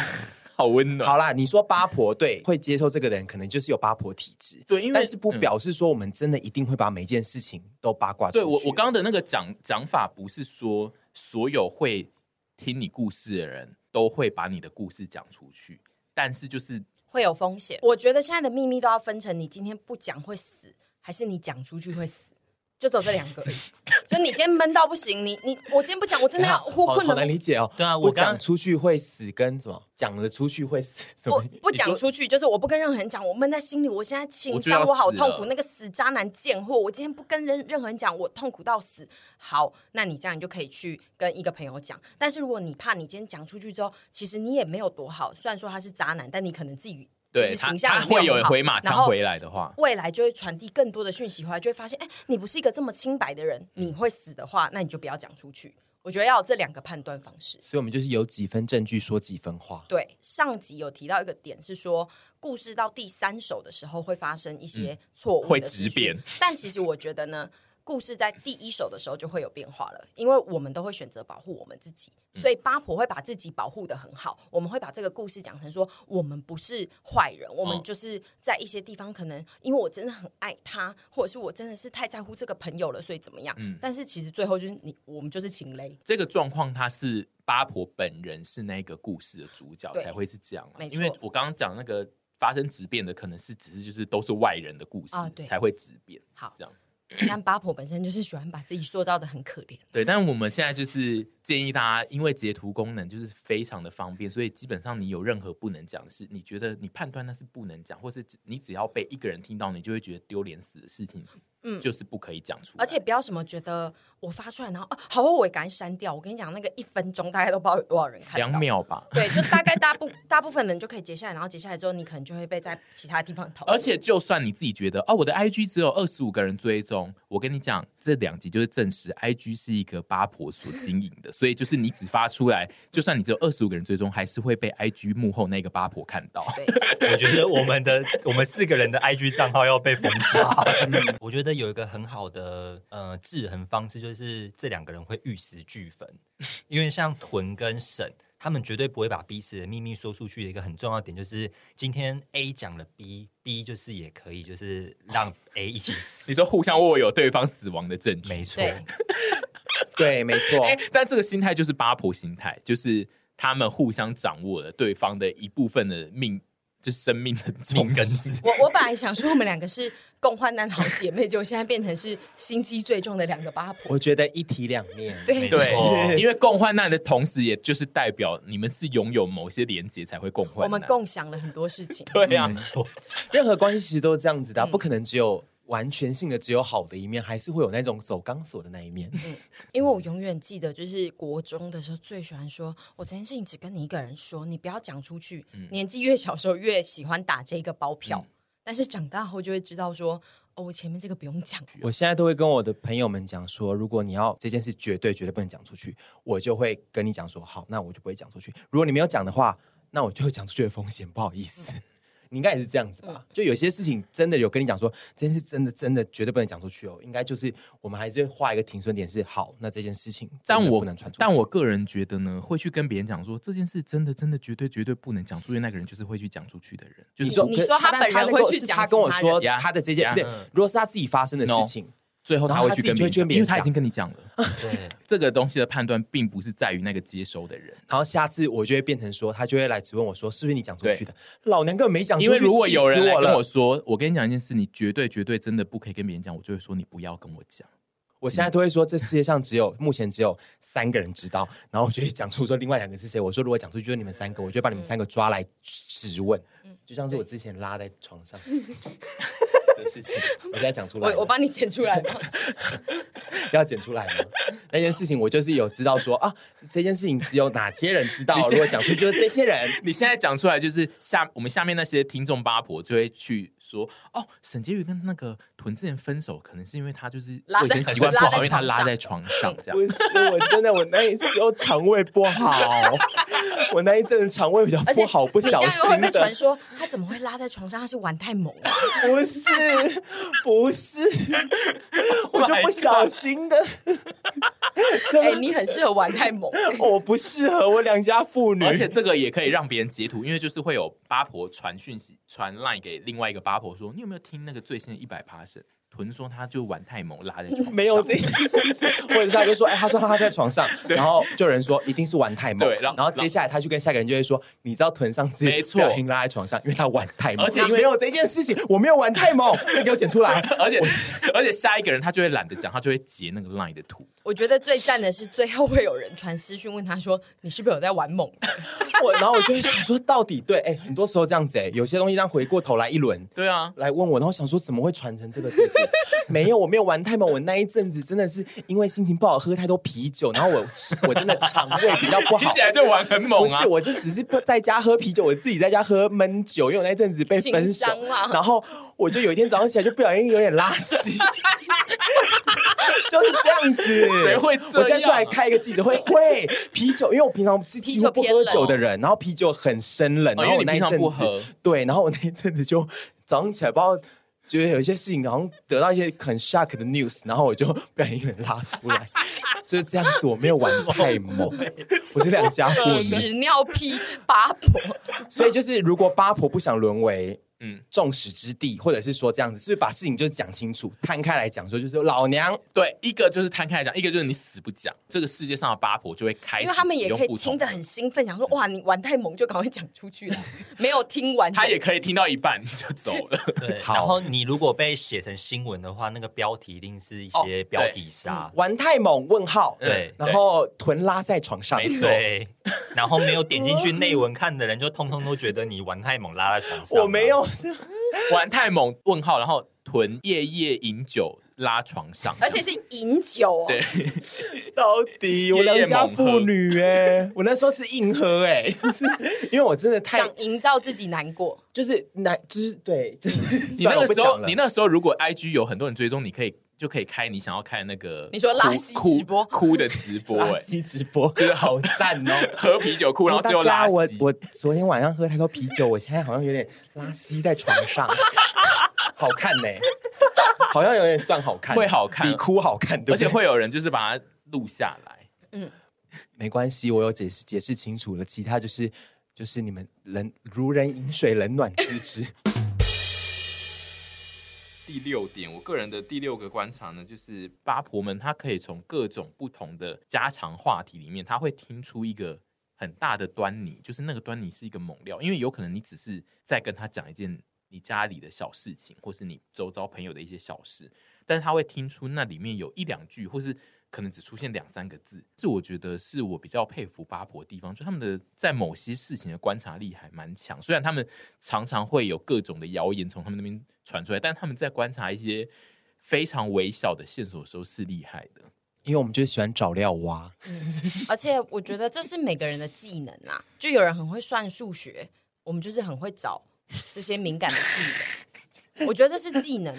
Speaker 1: 好温暖，
Speaker 3: 好啦，你说八婆对会接受这个的人，可能就是有八婆体质。
Speaker 1: 对，因为
Speaker 3: 但是不
Speaker 1: 嗯
Speaker 3: 表示说我们真的一定会把每件事情都八卦出
Speaker 1: 对
Speaker 3: 去。
Speaker 1: 我我刚刚的那个讲讲法不是说所有会听你故事的人都会把你的故事讲出去，但是就是
Speaker 2: 会有风险。我觉得现在的秘密都要分成，你今天不讲会死，还是你讲出去会死，就走这两
Speaker 1: <laughs>
Speaker 2: 个而已。就你今天闷到不行，你你我今天不讲，我真的要
Speaker 3: 好
Speaker 2: 呼困
Speaker 3: 好
Speaker 2: 了
Speaker 3: 难。理解哦。
Speaker 4: 对啊
Speaker 3: 不
Speaker 4: 我刚
Speaker 3: 讲出去会死，跟什么讲了出去会死什
Speaker 2: 我
Speaker 3: 么？
Speaker 2: 不讲出去，就是我不跟任何人讲，我闷在心里。我现在情
Speaker 1: 我就要
Speaker 2: 商
Speaker 1: 死
Speaker 2: 我好痛苦，
Speaker 1: 了
Speaker 2: 那个死渣男贱货，我今天不跟任任何人讲，我痛苦到死。好，那你这样你就可以去跟一个朋友讲。但是如果你怕你今天讲出去之后，其实你也没有多好，虽然说他是渣男，但你可能自己就
Speaker 1: 对
Speaker 2: 是
Speaker 1: 他
Speaker 2: 形象
Speaker 1: 他
Speaker 2: 也没
Speaker 1: 会有
Speaker 2: 很好
Speaker 1: 回马
Speaker 2: 然
Speaker 1: 枪
Speaker 2: 后
Speaker 1: 回来的话，
Speaker 2: 未来就会传递更多的讯息回来，就会发现，哎、你不是一个这么清白的人，你
Speaker 1: 嗯
Speaker 2: 会死的话，那你就不要讲出去。我觉得要有这两个判断方式。
Speaker 3: 所以我们就是有几分证据说几分
Speaker 2: <laughs>
Speaker 3: 话。
Speaker 2: 对，上集有提到一个点是说，故事到第三手的时候会发生一些错误的
Speaker 1: 嗯会
Speaker 2: 资
Speaker 1: 质
Speaker 2: 讯
Speaker 1: 变
Speaker 2: 但其实我觉得呢，故事在第一手的时候就会有变化了，因为我们都会选择保护我们自己，
Speaker 1: 嗯
Speaker 2: 所以八婆会把自己保护的很好，我们会把这个故事讲成说，我们不是坏人，我们
Speaker 1: 嗯
Speaker 2: 就是在一些地方可能因为我真的很爱他，或者是我真的是太在乎这个朋友了，所以怎么样？
Speaker 1: 嗯
Speaker 2: 但是其实最后就是你，我们就是情勒。
Speaker 1: 这个状况，他是八婆本人是那个故事的主角
Speaker 2: 对
Speaker 1: 才会是这样、啊
Speaker 2: 没，错
Speaker 1: 因为我刚刚讲那个发生质变的，可能是只是就是都是外人的故事、
Speaker 2: 啊对
Speaker 1: 才会质变。
Speaker 2: 好，
Speaker 1: 这样
Speaker 2: 但八婆本身就是喜欢把自己塑造的很可怜。
Speaker 1: 对，但我们现在就是建议大家，因为截图功能就是非常的方便，所以基本上你有任何不能讲的事，你觉得你判断那是不能讲，或是你只要被一个人听到，你就会觉得丢脸死的事情，嗯，就是不可以讲出来，
Speaker 2: 而且不要什么觉得我发出来，然后啊，好，我也赶紧删掉。我跟你讲，那个一分钟大概都不知道有多少人看到。
Speaker 1: 两秒吧。
Speaker 2: 对，就大概大部大部分人就可以截下来，然后截下来之后，你可能就会被在其他地方讨论。
Speaker 1: 而且，就算你自己觉得哦，我的 IG 只有二十五个人追踪，我跟你讲，这两集就是证实 IG 是一个八婆所经营的，所以就是你只发出来，就算你只有二十五个人追踪，还是会被 IG 幕后那个八婆看到。 <laughs>
Speaker 4: 我觉得我们的我们四个人的 IG 账号要被 <laughs> 封杀。我觉得有一个很好的呃制衡方式，就是这两个人会玉石俱焚，因为像屯跟沈。他们绝对不会把彼此的秘密说出去的一个很重要的点，就是今天 A 讲了 B，B 就是也可以就是让 A 一起死。
Speaker 1: 你说互相握有对方死亡的证据，
Speaker 4: 没
Speaker 1: <laughs>
Speaker 4: 错，
Speaker 2: 对，
Speaker 3: 对，没错。
Speaker 1: 哎、但这个心态就是八婆心态，就是他们互相掌握了对方的一部分的命，就是生命的命
Speaker 4: <laughs>
Speaker 1: 根子。
Speaker 2: 我我本来想说我们两个是共患难好姐妹，结果现在变成是心机最重的两个八婆。
Speaker 3: 我觉得一体两面，
Speaker 2: 对
Speaker 4: 没错
Speaker 1: 对，哦因为共患难的同时，也就是代表你们是拥有某些连结才会共患难。
Speaker 2: 我们共享了很多事情。
Speaker 1: 对啊呀、
Speaker 4: 没错，
Speaker 3: 任何关系其实都是这样子的啊、不可能只有完全性的只有好的一面，还是会有那种走钢索的那一面。
Speaker 2: 因为我永远记得，就是国中的时候最喜欢说，我这件事情只跟你一个人说，你不要讲出去。
Speaker 3: 嗯
Speaker 2: 年纪越小的时候越喜欢打这个包票，但是长大后就会知道说，哦，我前面这个不用讲。
Speaker 3: 我现在都会跟我的朋友们讲说，如果你要这件事绝对绝对不能讲出去，我就会跟你讲说，好，那我就不会讲出去。如果你没有讲的话，那我就有讲出去的风险，不好意思。你应该也是这样子吧？就有些事情真的有跟你讲说，这件事真的真的绝对不能讲出去哦。应该就是我们还是会画一个停损点是，好，那这件事情
Speaker 1: 但
Speaker 3: 真的
Speaker 1: 我
Speaker 3: 不能传出去。
Speaker 1: 但我个人觉得呢，会去跟别人讲说这件事真的真的绝对绝对不能讲出去，那个人就是会去讲出去的人，就
Speaker 3: 你
Speaker 1: 是
Speaker 3: 说
Speaker 1: 我
Speaker 2: 你说他
Speaker 3: 但
Speaker 2: 本人
Speaker 3: 那
Speaker 2: 会
Speaker 3: 个
Speaker 2: 去
Speaker 3: 是
Speaker 2: 讲
Speaker 3: 他跟我
Speaker 2: 其他
Speaker 3: 说
Speaker 1: 人
Speaker 3: 他的这件，
Speaker 1: 呀
Speaker 3: 对，如果是他自己发生的事
Speaker 1: 嗯 No
Speaker 3: 情，
Speaker 1: 最后他会去跟别人讲，因为
Speaker 3: 然后他自己就会去跟别人讲
Speaker 1: 他已经跟你讲了。
Speaker 4: 对，
Speaker 1: 这个东西的判断并不是在于那个接收的人，
Speaker 3: 然后下次我就会变成说，他就会来质问我说，是不是你讲出去的？老娘根本没讲出去，
Speaker 1: 因为如果
Speaker 3: 气
Speaker 1: 有人
Speaker 3: 死
Speaker 1: 来
Speaker 3: 我
Speaker 1: 跟
Speaker 3: 了
Speaker 1: 我说，我跟你讲一件事，你绝对绝对真的不可以跟别人讲，我就会说你不要跟我讲。
Speaker 3: 我现在都会说，这世界上只有目前只有三个人知道，然后我就会讲出说另外两个是谁。我说如果讲出去就是你们三个，我就会把你们三个抓来质问，
Speaker 2: 嗯
Speaker 3: 就像是我之前拉在床上的事情，我现在讲出来
Speaker 2: 我
Speaker 3: 了，
Speaker 2: 我帮你剪出来吧。
Speaker 3: 要剪出来吗？那件事情我就是有知道说啊，这件事情只有哪些人知道，如果讲出去就是这些人。
Speaker 1: 你现在讲出来，就是下我们下面那些听众八婆就会去说，哦，沈婕妤跟那个屯之前分手，可能是因为他就是
Speaker 2: 拉
Speaker 1: 卫
Speaker 2: 在
Speaker 1: 生习惯不好，
Speaker 2: 拉在
Speaker 1: 因为他
Speaker 2: 床上
Speaker 1: 拉在床上这样
Speaker 3: <laughs> 不。是，我真的，我那一次又肠胃不好，我那一阵子肠胃比较
Speaker 2: 而且
Speaker 3: 不好，不
Speaker 2: 你这
Speaker 3: 小
Speaker 2: 样又会
Speaker 3: 心
Speaker 2: 被
Speaker 3: 的
Speaker 2: 传，说他怎么会拉在床上？他是玩太猛了。
Speaker 3: 不是，不 <laughs> 是，我就不小心 <laughs> 的，
Speaker 2: 哎、你很适合玩太猛。
Speaker 3: 我不适合我良家妇女，
Speaker 1: 而且这个也可以让别人截图，因为就是会有八婆传讯息、传 line 给另外一个八婆说，你有没有听那个最新的一百 p a s 屯说他就玩太猛，拉在床上。
Speaker 3: 没有这些事情， <laughs> 或者是他就说，哎、他说他在床上，然后就有人说一定是玩太猛，
Speaker 1: 对然后
Speaker 3: 然后接下来他去跟下一个人就会说，你知道臀上次
Speaker 1: 没错
Speaker 3: 不小心拉在床上，因为他玩太猛，
Speaker 1: 而且因为
Speaker 3: 没有这件事情，我没有玩太猛，再给我剪出来，
Speaker 1: <laughs>
Speaker 3: <laughs>
Speaker 1: 而且而且下一个人他就会懒得讲，他就会截那个 line 的图。
Speaker 2: 我觉得最赞的是最后会有人传私讯问他说：“你是不是有在玩猛？”
Speaker 3: 我然后我就会想说，到底对，哎、很多时候这样子、哎，有些东西这样回过头来一轮。
Speaker 1: 对啊，
Speaker 3: 来问我，然后想说怎么会传成这个地步？ <laughs> 没有，我没有玩太猛。我那一阵子真的是因为心情不好，喝太多啤酒，然后我我真的肠胃比较不
Speaker 1: <laughs> 听
Speaker 3: 好
Speaker 1: 起。来就玩很猛
Speaker 3: 不
Speaker 1: 啊
Speaker 3: 是，。我就只是不在家喝啤酒，我自己在家喝闷酒，因为我那一阵子被分
Speaker 2: 情
Speaker 3: 手
Speaker 2: 商，啊嘛
Speaker 3: 然后我就有一天早上起来就不小心有点拉
Speaker 1: <laughs>
Speaker 3: 稀，就是这样子。
Speaker 1: 谁会这样啊
Speaker 3: 我现在出来开一个记者会，会啤酒，因为我平常是几乎不喝酒的人，然后啤酒很生冷，
Speaker 1: 哦
Speaker 3: 然后
Speaker 1: 因为
Speaker 3: 我
Speaker 1: 你
Speaker 3: 那一阵
Speaker 1: 平常不喝
Speaker 3: 子对，然后我那一阵子就早上起来不知道。觉得有一些事情好像得到一些很 shock 的 news，然后我就不小心有点拉
Speaker 1: <laughs>
Speaker 3: 出来，就是这样子。我没有玩太猛，我是两家妇女。
Speaker 2: 屎尿屁八婆，
Speaker 1: <laughs>
Speaker 3: 所以就是，如果八婆不想沦为
Speaker 1: 嗯
Speaker 3: 嗯众矢之的，或者是说这样子，是不是把事情就讲清楚，摊开来讲说，就是说老娘
Speaker 1: 对，一个就是摊开来讲，一个就是你死不讲。这个世界上的八婆就会开
Speaker 2: 因
Speaker 1: 始
Speaker 2: 为他们也
Speaker 1: 使用
Speaker 2: 可以
Speaker 1: 不同嗯
Speaker 2: 听得很兴奋，想说哇，你玩太猛就赶快讲出
Speaker 1: <laughs>
Speaker 2: 去了，没有听完
Speaker 1: 他也可以听到一半就走
Speaker 2: <laughs>
Speaker 1: 了。
Speaker 4: 对。
Speaker 3: 好
Speaker 4: 然后你如果被写成新闻的话，那个标题一定是一些标题
Speaker 1: 啊
Speaker 4: 杀，
Speaker 3: 玩太猛？问号，
Speaker 4: 对
Speaker 3: 然后臀拉在床上，
Speaker 1: 没错
Speaker 4: 对。然后没有点进去内文看的人，就通通都觉得你玩太猛，拉在床上。
Speaker 3: 我没有，
Speaker 1: 玩太猛？问号，然后臀夜夜饮酒，拉床上，
Speaker 2: 而且是饮酒哦
Speaker 3: <laughs>
Speaker 1: 对，
Speaker 3: 到底我良家妇女哎、我那时候是硬
Speaker 1: <laughs>
Speaker 3: 喝哎、就是因为我真的太
Speaker 2: 想营造自己难过。
Speaker 3: 就是难，就是对，就是
Speaker 1: 你
Speaker 3: 算
Speaker 1: 那
Speaker 3: 了我
Speaker 1: 个
Speaker 3: 不
Speaker 1: 时
Speaker 3: 讲
Speaker 1: 候，
Speaker 3: 了
Speaker 1: 你那个时候如果 IG 有很多人追踪，你可以就可以开你想要开的那个，
Speaker 2: 你说拉稀
Speaker 1: 哭
Speaker 2: 直播
Speaker 1: 哭哭的直播、
Speaker 3: 拉
Speaker 1: 哎，
Speaker 3: 稀直播
Speaker 1: 就是
Speaker 3: 好赞哦。 <laughs>
Speaker 1: 喝啤酒哭，然后最后
Speaker 3: 大
Speaker 1: 拉
Speaker 3: 家我
Speaker 1: 稀。
Speaker 3: 我昨天晚上喝太多啤酒，我现在好像有点拉稀在床上， <laughs> 好看呢、好像有点算好看，
Speaker 1: 会好看
Speaker 3: 比哭好看，对
Speaker 1: 而
Speaker 3: 不
Speaker 1: 且
Speaker 3: 对？
Speaker 1: 会有人就是把它录下来，
Speaker 3: 没关系，我有解释解释清楚了，其他就是就是你们冷如人饮水，冷暖自知。 <laughs>
Speaker 1: 第六点，我个人的第六个观察呢，就是八婆们她可以从各种不同的家常话题里面，她会听出一个很大的端倪，就是那个端倪是一个猛料，因为有可能你只是在跟她讲一件你家里的小事情，或是你周遭朋友的一些小事，但是她会听出那里面有一两句，或是可能只出现两三个字，这我觉得是我比较佩服八婆的地方，就他们的在某些事情的观察力还蛮强。虽然他们常常会有各种的谣言从他们那边传出来，但他们在观察一些非常微小的线索的时候是厉害的。
Speaker 3: 因为我们就是喜欢找料挖，
Speaker 2: 而且我觉得这是每个人的技能啊，就有人很会算数学，我们就是很会找这些敏感的技能。我觉得这是
Speaker 1: <laughs>
Speaker 2: 技能，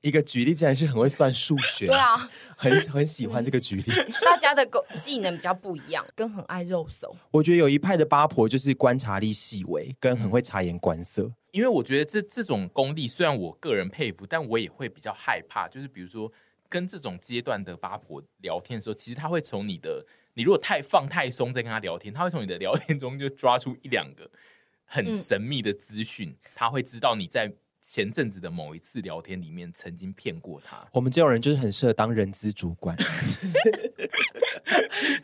Speaker 3: 一个举例竟然是很会算数学，
Speaker 2: 对，啊，
Speaker 3: 很很喜欢这个举例。
Speaker 2: 大家的狗技能比较不一样，跟很爱肉搜。
Speaker 3: 我觉得有一派的八婆就是观察力细微，跟很会察言观色。
Speaker 1: 因为我觉得这这种功力，虽然我个人佩服，但我也会比较害怕。就是比如说，跟这种阶段的八婆聊天的时候，其实她会从你的，你如果太放太松在跟她聊天，她会从你的聊天中就抓出一两个很神秘的资讯，她会知道你在前阵子的某一次聊天里面曾经骗过她。
Speaker 3: 我们这种人就是很适合当人资主
Speaker 1: <laughs>
Speaker 3: 管，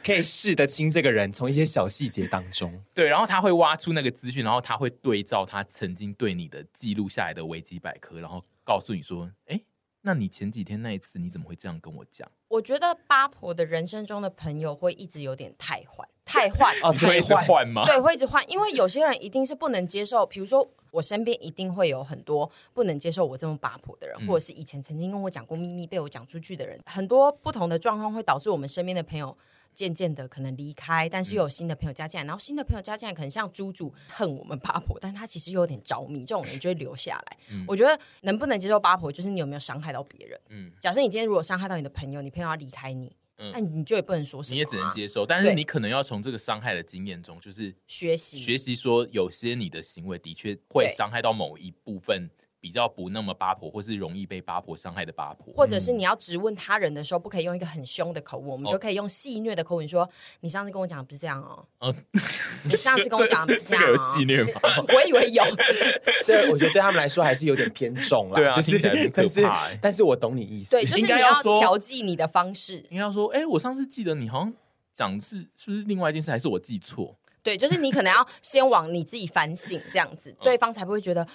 Speaker 3: 可以试得清这个人，从一些小细节当中。
Speaker 1: 对，然后他会挖出那个资讯，然后他会对照他曾经对你的记录下来的维基百科，然后告诉你说，哎，那你前几天那一次你怎么会这样跟我讲？
Speaker 2: 我觉得八婆的人生中的朋友会一直有点太坏，太坏
Speaker 1: <laughs>
Speaker 3: 哦
Speaker 1: 你会一直
Speaker 3: 太坏
Speaker 1: 换吗？
Speaker 2: 对，会一直换，因为有些人一定是不能接受，比如说我身边一定会有很多不能接受我这么八婆的
Speaker 1: 嗯
Speaker 2: 人，或者是以前曾经跟我讲过秘密被我讲出去的人，很多不同的状况会导致我们身边的朋友。渐渐的可能离开，但
Speaker 1: 嗯
Speaker 2: 是又有新的朋友加进来，然后新的朋友加进来，可能像猪猪恨我们八婆，但他其实又有点着迷，这种人就会留下来。 <laughs> 我觉得能不能接受八婆，就是你有没有伤害到别人。
Speaker 1: 嗯
Speaker 2: 假设你今天如果伤害到你的朋友，你朋友要离开你，
Speaker 1: 嗯
Speaker 2: 那你就也不能说什么、啊
Speaker 1: 你也只能，接受，但是你可能要从这个伤害的经验中，就是
Speaker 2: 学习
Speaker 1: 学习说，有些你的行为的确会伤害到某一部分比较不那么八婆，或是容易被八婆伤害的八婆。
Speaker 2: 或者是你要质问他人的时候，不可以用一个很凶的口吻，我们
Speaker 1: 嗯哦
Speaker 2: 就可以用戏谑的口吻说：“你上次跟我讲的不是这样哦，
Speaker 1: 嗯，
Speaker 2: 你上次跟我讲的不
Speaker 1: 这
Speaker 2: 是
Speaker 1: 这这
Speaker 2: 样
Speaker 1: 个有戏
Speaker 2: 哦。”
Speaker 1: 虐吗？
Speaker 2: <laughs> 我以为有，
Speaker 3: 这我觉得对他们来说还是有点偏重啦。
Speaker 1: 对啊
Speaker 3: 就
Speaker 1: 听
Speaker 3: 是
Speaker 1: 起来很可
Speaker 3: 但是
Speaker 1: 怕欸
Speaker 3: 但是我懂你意思。
Speaker 2: 对，就是
Speaker 1: 应
Speaker 2: 你
Speaker 1: 该要
Speaker 2: 要
Speaker 1: 说
Speaker 2: 调剂你的方式，
Speaker 1: 应该要说，哎，我上次记得你好像讲是是不是另外一件事，还是我记错？
Speaker 2: 对，就是你可能要先往你自己反省，这样
Speaker 1: 嗯
Speaker 2: 子， <laughs> 对方才不会觉得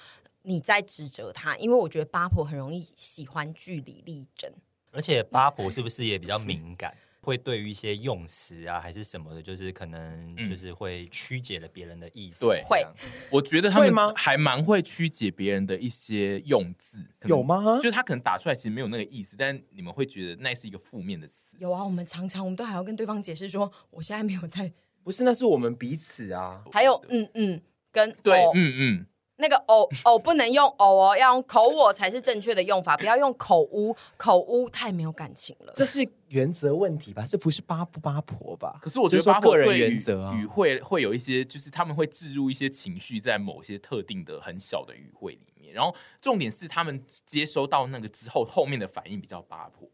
Speaker 2: 你在指责他。因为我觉得八婆很容易喜欢据理力争，
Speaker 4: 而且八婆是不是也比较敏
Speaker 1: <laughs>
Speaker 4: 感？会对于一些用词啊，还是什么的，就是可能
Speaker 1: 嗯
Speaker 4: 就是会曲解了别人的意思。
Speaker 1: 对
Speaker 2: 会
Speaker 1: 我觉得他
Speaker 3: 会
Speaker 1: 们
Speaker 3: 吗
Speaker 1: 还蛮会曲解别人的一些用字，可能
Speaker 3: 有？吗？
Speaker 1: 就是他可能打出来其实没有那个意思，但你们会觉得那是一个负面的词。
Speaker 2: 有啊，我们常常我们都还要跟对方解释说，我现在没有在，
Speaker 3: 不是，那是我们彼此啊。
Speaker 2: 还有嗯嗯跟
Speaker 1: 对
Speaker 2: 哦，
Speaker 1: 嗯嗯，
Speaker 2: 那个偶 <laughs> 偶不能用偶哦，要用口我才是正确的用法，不要用口污，口污太没有感情了。
Speaker 3: 这是原则问题吧？这不是八不八婆吧？
Speaker 1: 可是我觉得
Speaker 3: 就是
Speaker 1: 八
Speaker 3: 说
Speaker 1: 婆
Speaker 3: 个
Speaker 1: 对
Speaker 3: 人
Speaker 1: 于
Speaker 3: 原则啊。
Speaker 1: 语汇会有一些，就是他们会置入一些情绪在某些特定的很小的语汇里面，然后重点是他们接收到那个之后，后面的反应比较八婆，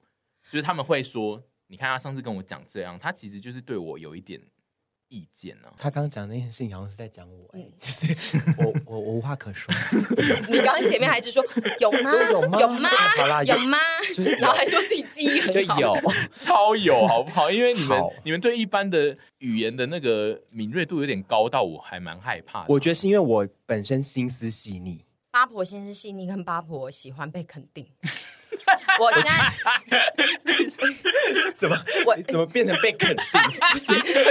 Speaker 1: 就是他们会说，你看他上次跟我讲这样，他其实就是对我有一点意见呢、啊。 <laughs>
Speaker 3: 他刚讲那件事情好像是在讲我、
Speaker 2: 嗯
Speaker 3: 哎，就是我我我无话可
Speaker 1: <laughs>
Speaker 3: 说，
Speaker 2: 你刚刚前面还一
Speaker 3: <laughs>
Speaker 2: 直说有吗？
Speaker 3: 有吗
Speaker 2: 有吗
Speaker 3: 好啦？有
Speaker 2: 有吗？ <laughs> 然后还说自己记忆
Speaker 3: 就
Speaker 2: 很好。
Speaker 3: 有。
Speaker 1: 超有好不好？因为你们
Speaker 3: 好
Speaker 1: 你们对一般的语言的那个敏锐度有点高到我还蛮害怕的。 <laughs>
Speaker 3: 我觉得是因为我本身心思细腻，
Speaker 2: 八婆心思 <laughs> 细腻，跟八婆喜欢被肯定。我现在
Speaker 3: 怎么
Speaker 2: 我
Speaker 3: 你怎么变成被肯定？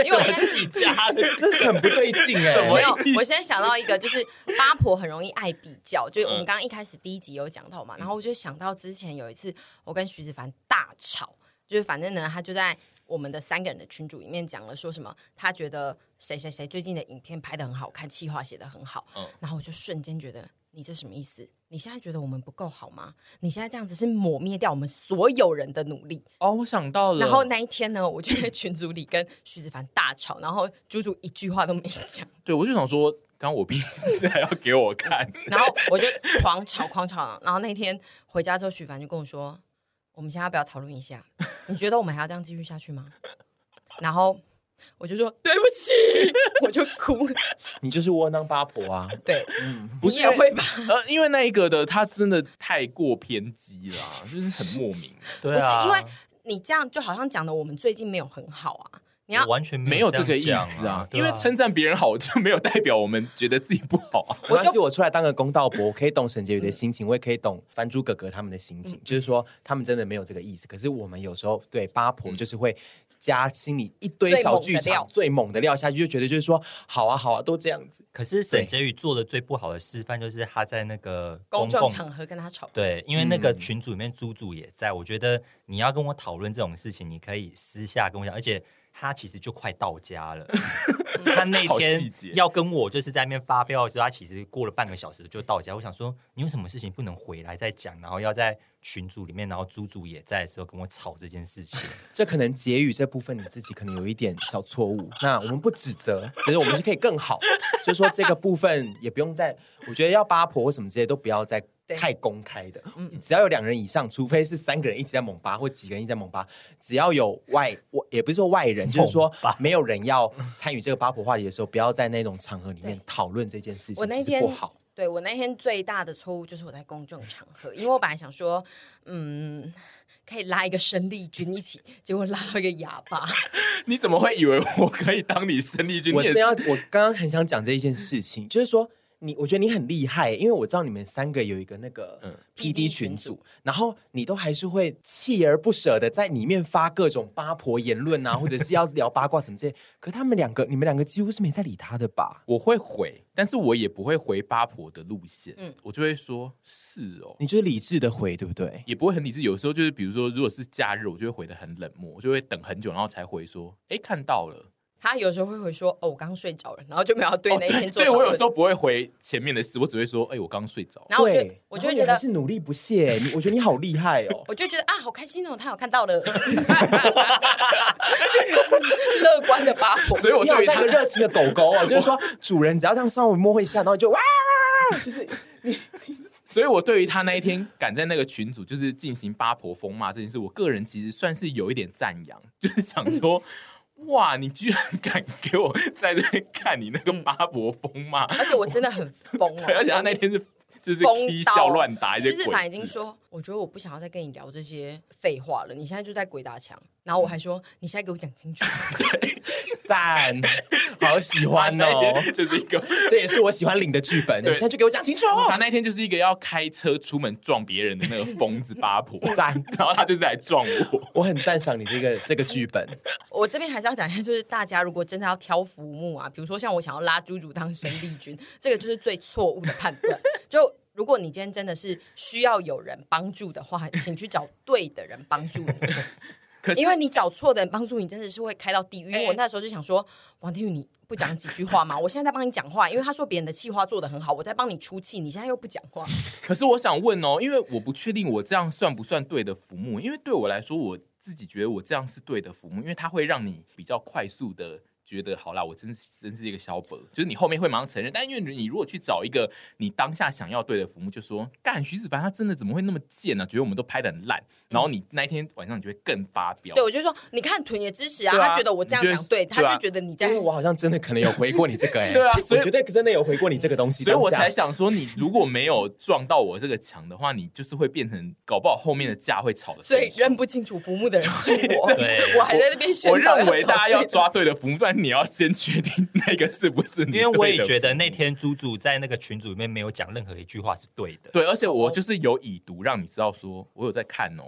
Speaker 2: 因为我现在
Speaker 1: 自己加
Speaker 3: <laughs>
Speaker 1: 的，
Speaker 3: 这是很不对 <laughs> 劲哎、
Speaker 2: 没有，我现在想到一个，就是八婆很容易爱比较，就是我们刚刚一开始第一集有讲到嘛，然后我就想到之前有一次我跟徐子凡大吵，就是反正呢，他就在我们的三个人的群组里面讲了说什么，他觉得谁谁谁最近的影片拍的很好看，企划写的很好，
Speaker 1: 嗯
Speaker 2: 然后我就瞬间觉得你这什么意思？你现在觉得我们不够好吗？你现在这样子是抹灭掉我们所有人的努力。
Speaker 1: 哦，我想到了，
Speaker 2: 然后那一天呢，我就在群组里跟徐子凡大吵，然后猪猪一句话都没讲。
Speaker 1: 对我就想说，刚我屁事还要给我看，
Speaker 2: 然后我就狂吵狂吵，然后那天回家之后，许凡就跟我说：“我们现在要不要讨论一下？你觉得我们还要这样继续下去吗？”然后我就说：“对不起。” <laughs> 我就哭。
Speaker 3: 你就是窝囊八婆啊！
Speaker 2: 对，
Speaker 1: 不
Speaker 2: 你
Speaker 1: 是
Speaker 2: 也会吧？
Speaker 1: 呃，因为那一个的他真的太过偏激啦，就是很莫名，
Speaker 4: 对
Speaker 2: 不是
Speaker 4: 啊，
Speaker 2: 因为你这样，就好像讲的我们最近没有很好啊。你要
Speaker 4: 我完全
Speaker 1: 没
Speaker 4: 有
Speaker 1: 有这个意
Speaker 4: 样
Speaker 1: 思
Speaker 4: 讲啊
Speaker 1: 啊，，因为
Speaker 4: 对啊
Speaker 1: 称赞别人好就没有代表我们觉得自己不好啊。 <laughs>
Speaker 2: 我就
Speaker 3: 我就嗯我出来当个公道伯，我可以懂沈婕妤的心情，我也可以懂凡珠哥哥他们的心情，就是说他们真的没有这个意思。可是我们有时候对八婆就是会。加心里一堆小剧场嗯最猛的料下去，就觉得就是说好啊好啊，都这样子。
Speaker 4: 可是沈婕妤做的最不好的示范就是她在那个
Speaker 2: 公众
Speaker 4: 共
Speaker 2: 场合跟他吵架，
Speaker 4: 对，因为那
Speaker 1: 嗯
Speaker 4: 个群组里面猪猪也在，我觉得你要跟我讨论这种事情，你可以私下跟我讲，而且。他其实就快到家了，他那
Speaker 1: 好细
Speaker 4: 天
Speaker 1: 节
Speaker 4: 要跟我就是在那边发飙的时候，他其实过了半个小时就到家。我想说，你有什么事情不能回来再讲，然后要在群组里面，然后猪猪也在的时候跟我吵这件事
Speaker 1: <laughs>
Speaker 4: 情。
Speaker 3: 这可能结语这部分你自己可能有一点小错误，那我们不指责，只是我们是可以更
Speaker 2: <laughs>
Speaker 3: 好。所以说这个部分也不用再，我觉得要八婆或什么之类都不要再
Speaker 2: 对嗯
Speaker 3: 太公开的，只要有两人以上，除非是三个人一起在猛八或几个人一起在猛八，只要有
Speaker 2: 嗯
Speaker 3: 外我也不是说外人，就是说没有人要参与这个八婆话题的时候，不要在那种场合里面
Speaker 2: 对
Speaker 3: 讨论这件事情，
Speaker 2: 我那
Speaker 3: 其实
Speaker 2: 天
Speaker 3: 不好。
Speaker 2: 对我那天最大的错误就是我在公众场合，因为我本来想说，嗯，可以拉一个生力军一起，结果拉到一个哑巴。
Speaker 1: 你怎么会以为我可以当你生力军？
Speaker 3: 我
Speaker 1: 你也
Speaker 3: 真要，我刚刚很想讲这一件事情，就是说你，我觉得你很厉害，因为我知道你们三个有一个那个
Speaker 1: 嗯
Speaker 3: P
Speaker 2: PD
Speaker 3: D
Speaker 2: 群
Speaker 3: 群
Speaker 2: 组
Speaker 3: 组，然后你都还是会锲而不舍的在里面发各种八婆言论啊，或者是要聊八卦什么之类。可他们两个，你们两个几乎是没在理他的吧？
Speaker 1: 我会回，但是我也不会回八婆的路线，
Speaker 2: 嗯
Speaker 1: 我就会说是哦，
Speaker 3: 你就是理智的回，对不对？
Speaker 1: 也不会很理智。有时候就是，比如说，如果是假日，我就会回的很冷漠，我就会等很久，然后才回说，哎，看到了。
Speaker 2: 他有时候会回说：“哦，我刚睡着了。”然后就没有要对那一天做、
Speaker 1: 哦对我有时
Speaker 2: 候，
Speaker 1: 候不会回前面的事，我只会说，哎，我刚睡
Speaker 2: <laughs>
Speaker 1: 着。
Speaker 2: 然后我就
Speaker 3: 对
Speaker 2: 我就会
Speaker 3: 然后你
Speaker 2: 觉
Speaker 3: 还
Speaker 2: 得，。
Speaker 3: 是努力不懈，你我觉得你好厉害哦
Speaker 2: 我就觉得啊，好开心哦，他有看
Speaker 1: <laughs>
Speaker 2: 到了，乐观的八婆。
Speaker 1: 所以我
Speaker 3: 你好
Speaker 1: 对于
Speaker 3: 像
Speaker 1: 他 <laughs>
Speaker 3: 一个，热情的狗狗哦，就是说主人只要这样稍微摸一下，然后你就哇，就是
Speaker 1: 所以我对于他那一天敢在那个群组就是进行八婆疯骂这件事，我个人其实算是有一点赞扬，就是想说。哇！你居然敢给我在这边看你那个八婆疯骂，
Speaker 2: 而且我真的很疯哦，
Speaker 1: 对，而且他那天是就是
Speaker 2: 疯
Speaker 1: 踢
Speaker 2: 到
Speaker 1: 笑乱打一些
Speaker 2: 狮
Speaker 1: 鬼字。
Speaker 2: 子凡已经说，我觉得我不想要再跟你聊这些废话了，你现在就在鬼打墙。然后我还说，你现在给我讲清楚。
Speaker 3: 赞，好喜
Speaker 1: 他
Speaker 3: 欢
Speaker 1: 那
Speaker 3: 哦。
Speaker 1: 天就是一个，
Speaker 3: 这也是我喜欢领的剧本。你
Speaker 1: 对
Speaker 3: 现在就给我讲清楚。
Speaker 1: 他那天就是一个要开车出门撞别人的那个疯子八婆，
Speaker 3: 赞，
Speaker 1: 然后他就是来撞我。
Speaker 3: 我很赞赏你这个这个剧本。
Speaker 2: 我这边还是要讲一下，就是大家如果真的要挑浮木啊，比如说像我想要拉猪猪当生力军，这个就是最错误的判断。就如果你今天真的是需要有人帮助的话，请去找对的人帮助你，
Speaker 1: <laughs> 可是哎
Speaker 2: 因为你找错的人帮助你，真的是会开到地狱。因为我那时候就想说，王天宇你。不讲几句话吗？我现在在帮你讲话，因为他说别人的气话做得很好，我在帮你出气，你现在又不讲话，
Speaker 1: 可是我想问哦，因为我不确定我这样算不算对的浮木，因为对我来说，我自己觉得我这样是对的浮木，因为它会让你比较快速的。觉得好啦，我真是真是一个小本，就是你后面会马上承认。但因为你如果去找一个你当下想要对的浮木，就说干徐子凡他真的怎么会那么贱呢、啊觉得我们都拍的很烂，然后你那一天晚上你就会更发飙。
Speaker 2: 对我就说，你看屯也支持啊，
Speaker 1: 对啊
Speaker 2: 他觉得我这样
Speaker 1: 你就
Speaker 2: 讲对，他
Speaker 1: 对啊
Speaker 2: 就觉得你在
Speaker 3: 但是我好像真的可能有回过你这个
Speaker 1: <laughs>
Speaker 3: 哎、
Speaker 1: 对啊所以
Speaker 3: 我觉得真的有回过你这个东西，
Speaker 1: 所以我才
Speaker 3: 当下
Speaker 1: 想说，你如果没有撞到我这个墙的话，你就是会变成搞不好后面的架会吵的。
Speaker 2: 所以认不清楚浮木的人是我，
Speaker 4: 对
Speaker 2: <laughs> 我还在那边宣
Speaker 1: 我
Speaker 2: 导要
Speaker 1: 认为
Speaker 2: 找
Speaker 1: 大家要
Speaker 2: 对的
Speaker 1: 抓对的浮木，不然但你要先确定那个是不是你
Speaker 4: 因
Speaker 1: 对
Speaker 4: 为
Speaker 1: 的
Speaker 4: 我也觉得那天猪猪在那个群组里面没有讲任何一句话是对的。
Speaker 1: 对，而且我就是有已读，让你知道说我有在看哦。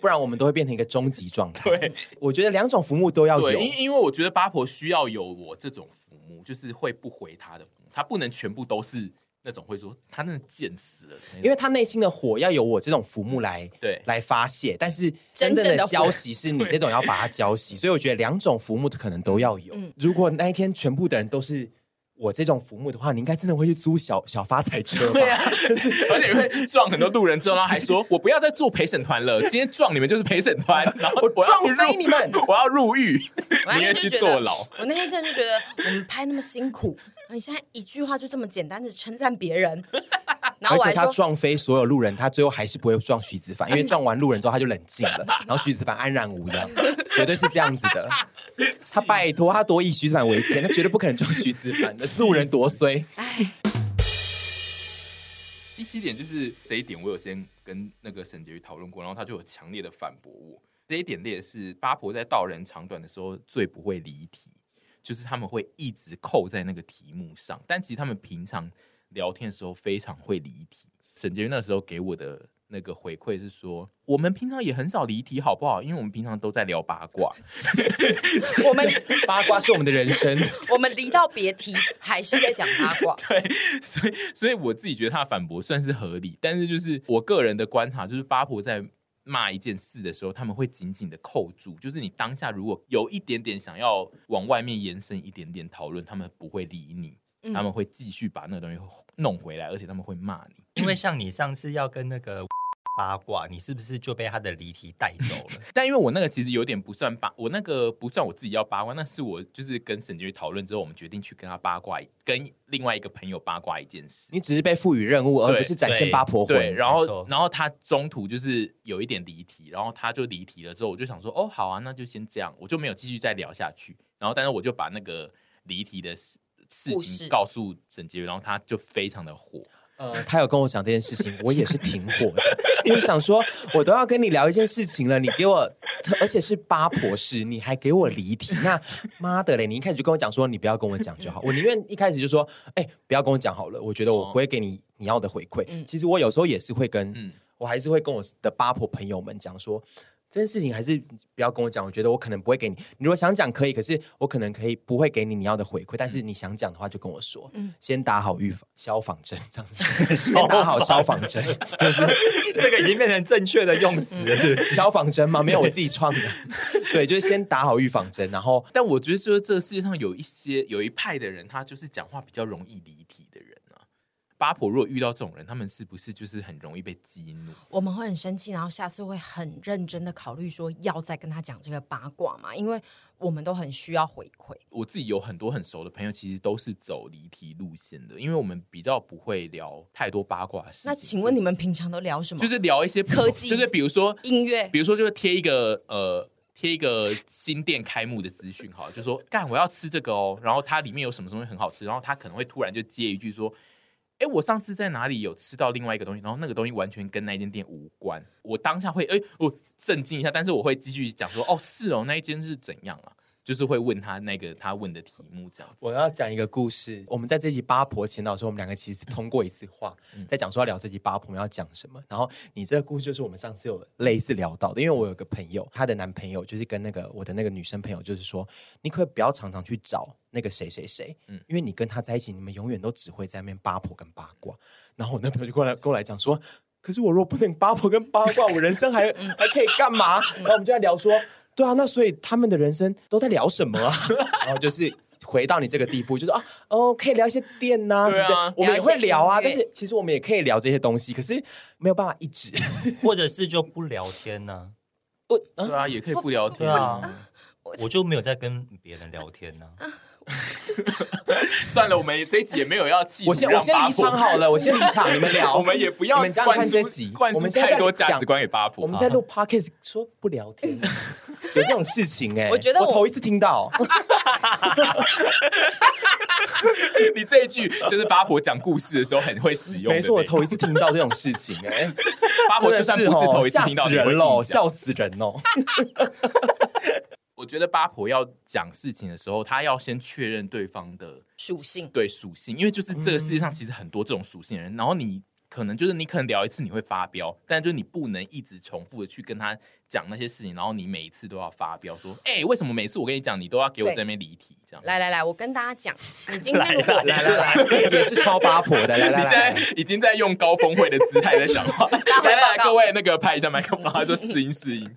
Speaker 3: 不然我们都会变成一个终极状态。
Speaker 1: 对，
Speaker 3: 我觉得两种服务都要有
Speaker 1: 对，，因因为我觉得八婆需要有我这种服务，就是会不回她的服务，她不能全部都是那种会说她那贱死了的那种，
Speaker 3: 因为他内心的火要由我这种服务来
Speaker 1: 对
Speaker 3: 来发泄，但是
Speaker 2: 真正
Speaker 3: 真正
Speaker 2: 的
Speaker 3: 的
Speaker 2: 火
Speaker 3: 交习是你这种要把它交习，所以我觉得两种服务可能都要有。
Speaker 2: 嗯
Speaker 3: 如果那一天全部的人都是。我这种服务的话，你应该真的会去租小小发财车吧？
Speaker 1: <laughs> 对啊，而且会撞很多路人之后，然后还说我不要再做陪审团了，今天撞你们就是陪审团，然后我要
Speaker 3: 撞飞
Speaker 1: 入
Speaker 3: 你们
Speaker 1: 我要入狱，
Speaker 2: 我那
Speaker 1: 你也
Speaker 2: 天
Speaker 1: 去
Speaker 2: 就觉
Speaker 1: 坐
Speaker 2: 得，
Speaker 1: 牢。
Speaker 2: 我那天真的就觉得，我们拍那么辛苦，然后你现在一句话就这么简单的称赞
Speaker 1: <laughs>
Speaker 2: 别人，然后
Speaker 3: 而
Speaker 2: 我
Speaker 3: 且
Speaker 2: 还
Speaker 3: 他
Speaker 2: 说，
Speaker 3: 撞飞所有路人，他最后还是不会撞徐子凡，因为撞完路人之后他就冷静了，然后徐子凡安然无恙，绝对是这样子的。他拜托，他多以徐子凡为天，他绝对不可能撞徐子凡的。路人多衰，
Speaker 2: 哎，
Speaker 1: 第七点就是这一点，我有先跟那个沈婕妤讨论过，然后他就有强烈的反驳我。这一点列是八婆在道人长短的时候最不会离题，就是他们会一直扣在那个题目上，但其实他们平常聊天的时候非常会离题。沈婕妤那时候给我的那个回馈是说，我们平常也很少离题，好不好？因为我们平常都在聊八卦，
Speaker 2: 我们
Speaker 3: 八卦是我们的人生。 <laughs>
Speaker 2: 我们离到别题，还是在讲八卦。
Speaker 1: <laughs> 所以，所以我自己觉得他的反驳算是合理，但是就是我个人的观察，就是八婆在骂一件事的时候，他们会紧紧的扣住，就是你当下如果有一点点想要往外面延伸一点点讨论，他们不会理你，
Speaker 2: 嗯
Speaker 1: 他们会继续把那个东西弄回来，而且他们会骂你。
Speaker 4: 因为像你上次要跟那个 <laughs> 八卦，你是不是就被他的离题带走了？
Speaker 1: 但因为我那个其实有点不算八，我那个不算我自己要八卦，那是我就是跟沈婕妤讨论之后，我们决定去跟他八卦，跟另外一个朋友八卦一件事。
Speaker 3: 你只是被赋予任务，而不是展现八婆魂。
Speaker 1: 对，然
Speaker 4: 没
Speaker 1: 后
Speaker 4: 错
Speaker 1: 然后他中途就是有一点离题，然后他就离题了之后，我就想说，哦，好啊，那就先这样，我就没有继续再聊下去。然后，但是我就把那个离题的事事
Speaker 2: 故事
Speaker 1: 情告诉沈婕妤，然后他就非常的火。
Speaker 3: 呃，他有跟我讲这件事情，我也是挺火的。我 <laughs> 想说，我都要跟你聊一件事情了，你给我，而且是八婆事，你还给我离题，那妈的嘞！你一开始就跟我讲说，你不要跟我讲就好，我宁愿一开始就说，哎、不要跟我讲好了，我觉得我不会给你你要的回馈。
Speaker 2: 嗯
Speaker 3: 其实我有时候也是会跟，
Speaker 1: 嗯
Speaker 3: 我还是会跟我的八婆朋友们讲说。这件事情还是不要跟我讲，我觉得我可能不会给你。你如果想讲可以，可是我可能可以不会给你你要的回馈，但是你想讲的话就跟我说，先打好预防消防针这样 <laughs> 子，先打好消防针，
Speaker 4: <laughs>
Speaker 3: <laughs>
Speaker 4: 这个已经变成正确的用词了，是不是？
Speaker 3: 消防针吗？没有，我自己创的。 <laughs> 对，就是先打好预防针，然后
Speaker 1: <laughs> 但我觉得，就是这个世界上有一些有一派的人，他就是讲话比较容易离题的人啊。八婆如果遇到这种人，他们是不是就是很容易被激怒？
Speaker 2: 我们会很生气，然后下次会很认真的考虑说要再跟他讲这个八卦嘛，因为我们都很需要回馈。
Speaker 1: 我自己有很多很熟的朋友，其实都是走离题路线的，因为我们比较不会聊太多八卦的事情。
Speaker 2: 那请问你们平常都聊什么？
Speaker 1: 就是聊一些
Speaker 2: 科技
Speaker 1: 就是比如说
Speaker 2: 音乐
Speaker 1: 比如说就是贴一个呃贴一个新店开幕的资讯，好了，就说干我要吃这个哦，然后它里面有什么东西很好吃，然后他可能会突然就接一句说。哎，我上次在哪里有吃到另外一个东西，然后那个东西完全跟那间店无关。我当下会哎，我震惊一下，但是我会继续讲说，哦，是哦，那一间是怎样啊？就是会问他那个他问的题目这样子。
Speaker 3: 我要讲一个故事。我们在这集八婆前导的时候，我们两个其实通过一次话，在讲说要聊这集八婆，我们要讲什么。然后你这个故事就是我们上次有类似聊到的，因为我有个朋友，她的男朋友就是跟那个我的那个女生朋友，就是说，你可不可以不要常常去找那个谁谁谁，嗯，因为你跟他在一起，你们永远都只会在那边八婆跟八卦。然后我那朋友就过来跟我来讲说。可是我如果不能八婆跟八卦，我人生还
Speaker 2: 嗯
Speaker 3: 还可以干嘛？然后我们就在聊说，对啊，那所以他们的人生都在聊什么啊？ <laughs> 然后就是回到你这个地步，就是啊，哦，可以聊一些店呐、
Speaker 1: 对啊
Speaker 3: 什么的，我们也会聊啊，
Speaker 2: 聊
Speaker 3: 但
Speaker 2: 一些音乐
Speaker 3: 是其实我们也可以聊这些东西，可是没有办法一直。
Speaker 4: 或者是就不聊天呢、
Speaker 3: 我啊
Speaker 2: 嗯
Speaker 1: 对啊，也可以不聊天
Speaker 4: 对啊，我就没有在跟别人聊天呢、
Speaker 2: 啊
Speaker 1: 算了，我们这一集也没有要气。
Speaker 3: 我先我先离场好了，我先离场，
Speaker 2: <laughs>
Speaker 3: 你们聊。
Speaker 1: 我们也不要
Speaker 3: 你们这样
Speaker 1: 灌
Speaker 3: 看
Speaker 1: 输
Speaker 3: 这集
Speaker 1: 灌
Speaker 3: 我
Speaker 1: 输
Speaker 3: 们现在
Speaker 1: 太多
Speaker 3: 在讲
Speaker 1: 价值观给八婆。
Speaker 3: 我们在录 podcast 说不聊
Speaker 2: <laughs>
Speaker 3: 天，有这种事情哎、
Speaker 2: 我觉得我
Speaker 3: 我头一次
Speaker 2: <laughs>
Speaker 3: 听到。
Speaker 1: <laughs> 你这一句就是八婆讲故事的时候很会使用的内容。
Speaker 3: 没错，我头一次听到这种事情、哎，
Speaker 1: 啊八婆就算不是头一次
Speaker 3: 真的哦
Speaker 1: 听到，
Speaker 3: 哦吓
Speaker 1: <laughs> 你也
Speaker 3: 死
Speaker 1: 会
Speaker 3: 人喽，
Speaker 1: 印象
Speaker 3: 笑死人哦！
Speaker 1: 我觉得八婆要讲事情的时候，她要先确认对方的嗯
Speaker 2: 属性。
Speaker 1: 对属性，因为就是这个世界上其实很多这种属性的人，然后你可能就是你可能聊一次你会发飙，但就是你不能一直重复的去跟他讲那些事情，然后你每一次都要发飙，说哎、为什么每次我跟你讲你都要给我
Speaker 2: 对
Speaker 1: 在那边离题这样？
Speaker 2: 来来来，我跟大家讲，
Speaker 1: <laughs>
Speaker 2: 你今天如果
Speaker 3: 来来来，也是超八婆的，来来
Speaker 1: 你现在
Speaker 3: 来，
Speaker 1: 已经在用高峰会的姿态在讲
Speaker 2: <laughs>
Speaker 1: 话，来来来，
Speaker 2: 报告
Speaker 1: 各位那个拍一下麦克风，然后说试音试音。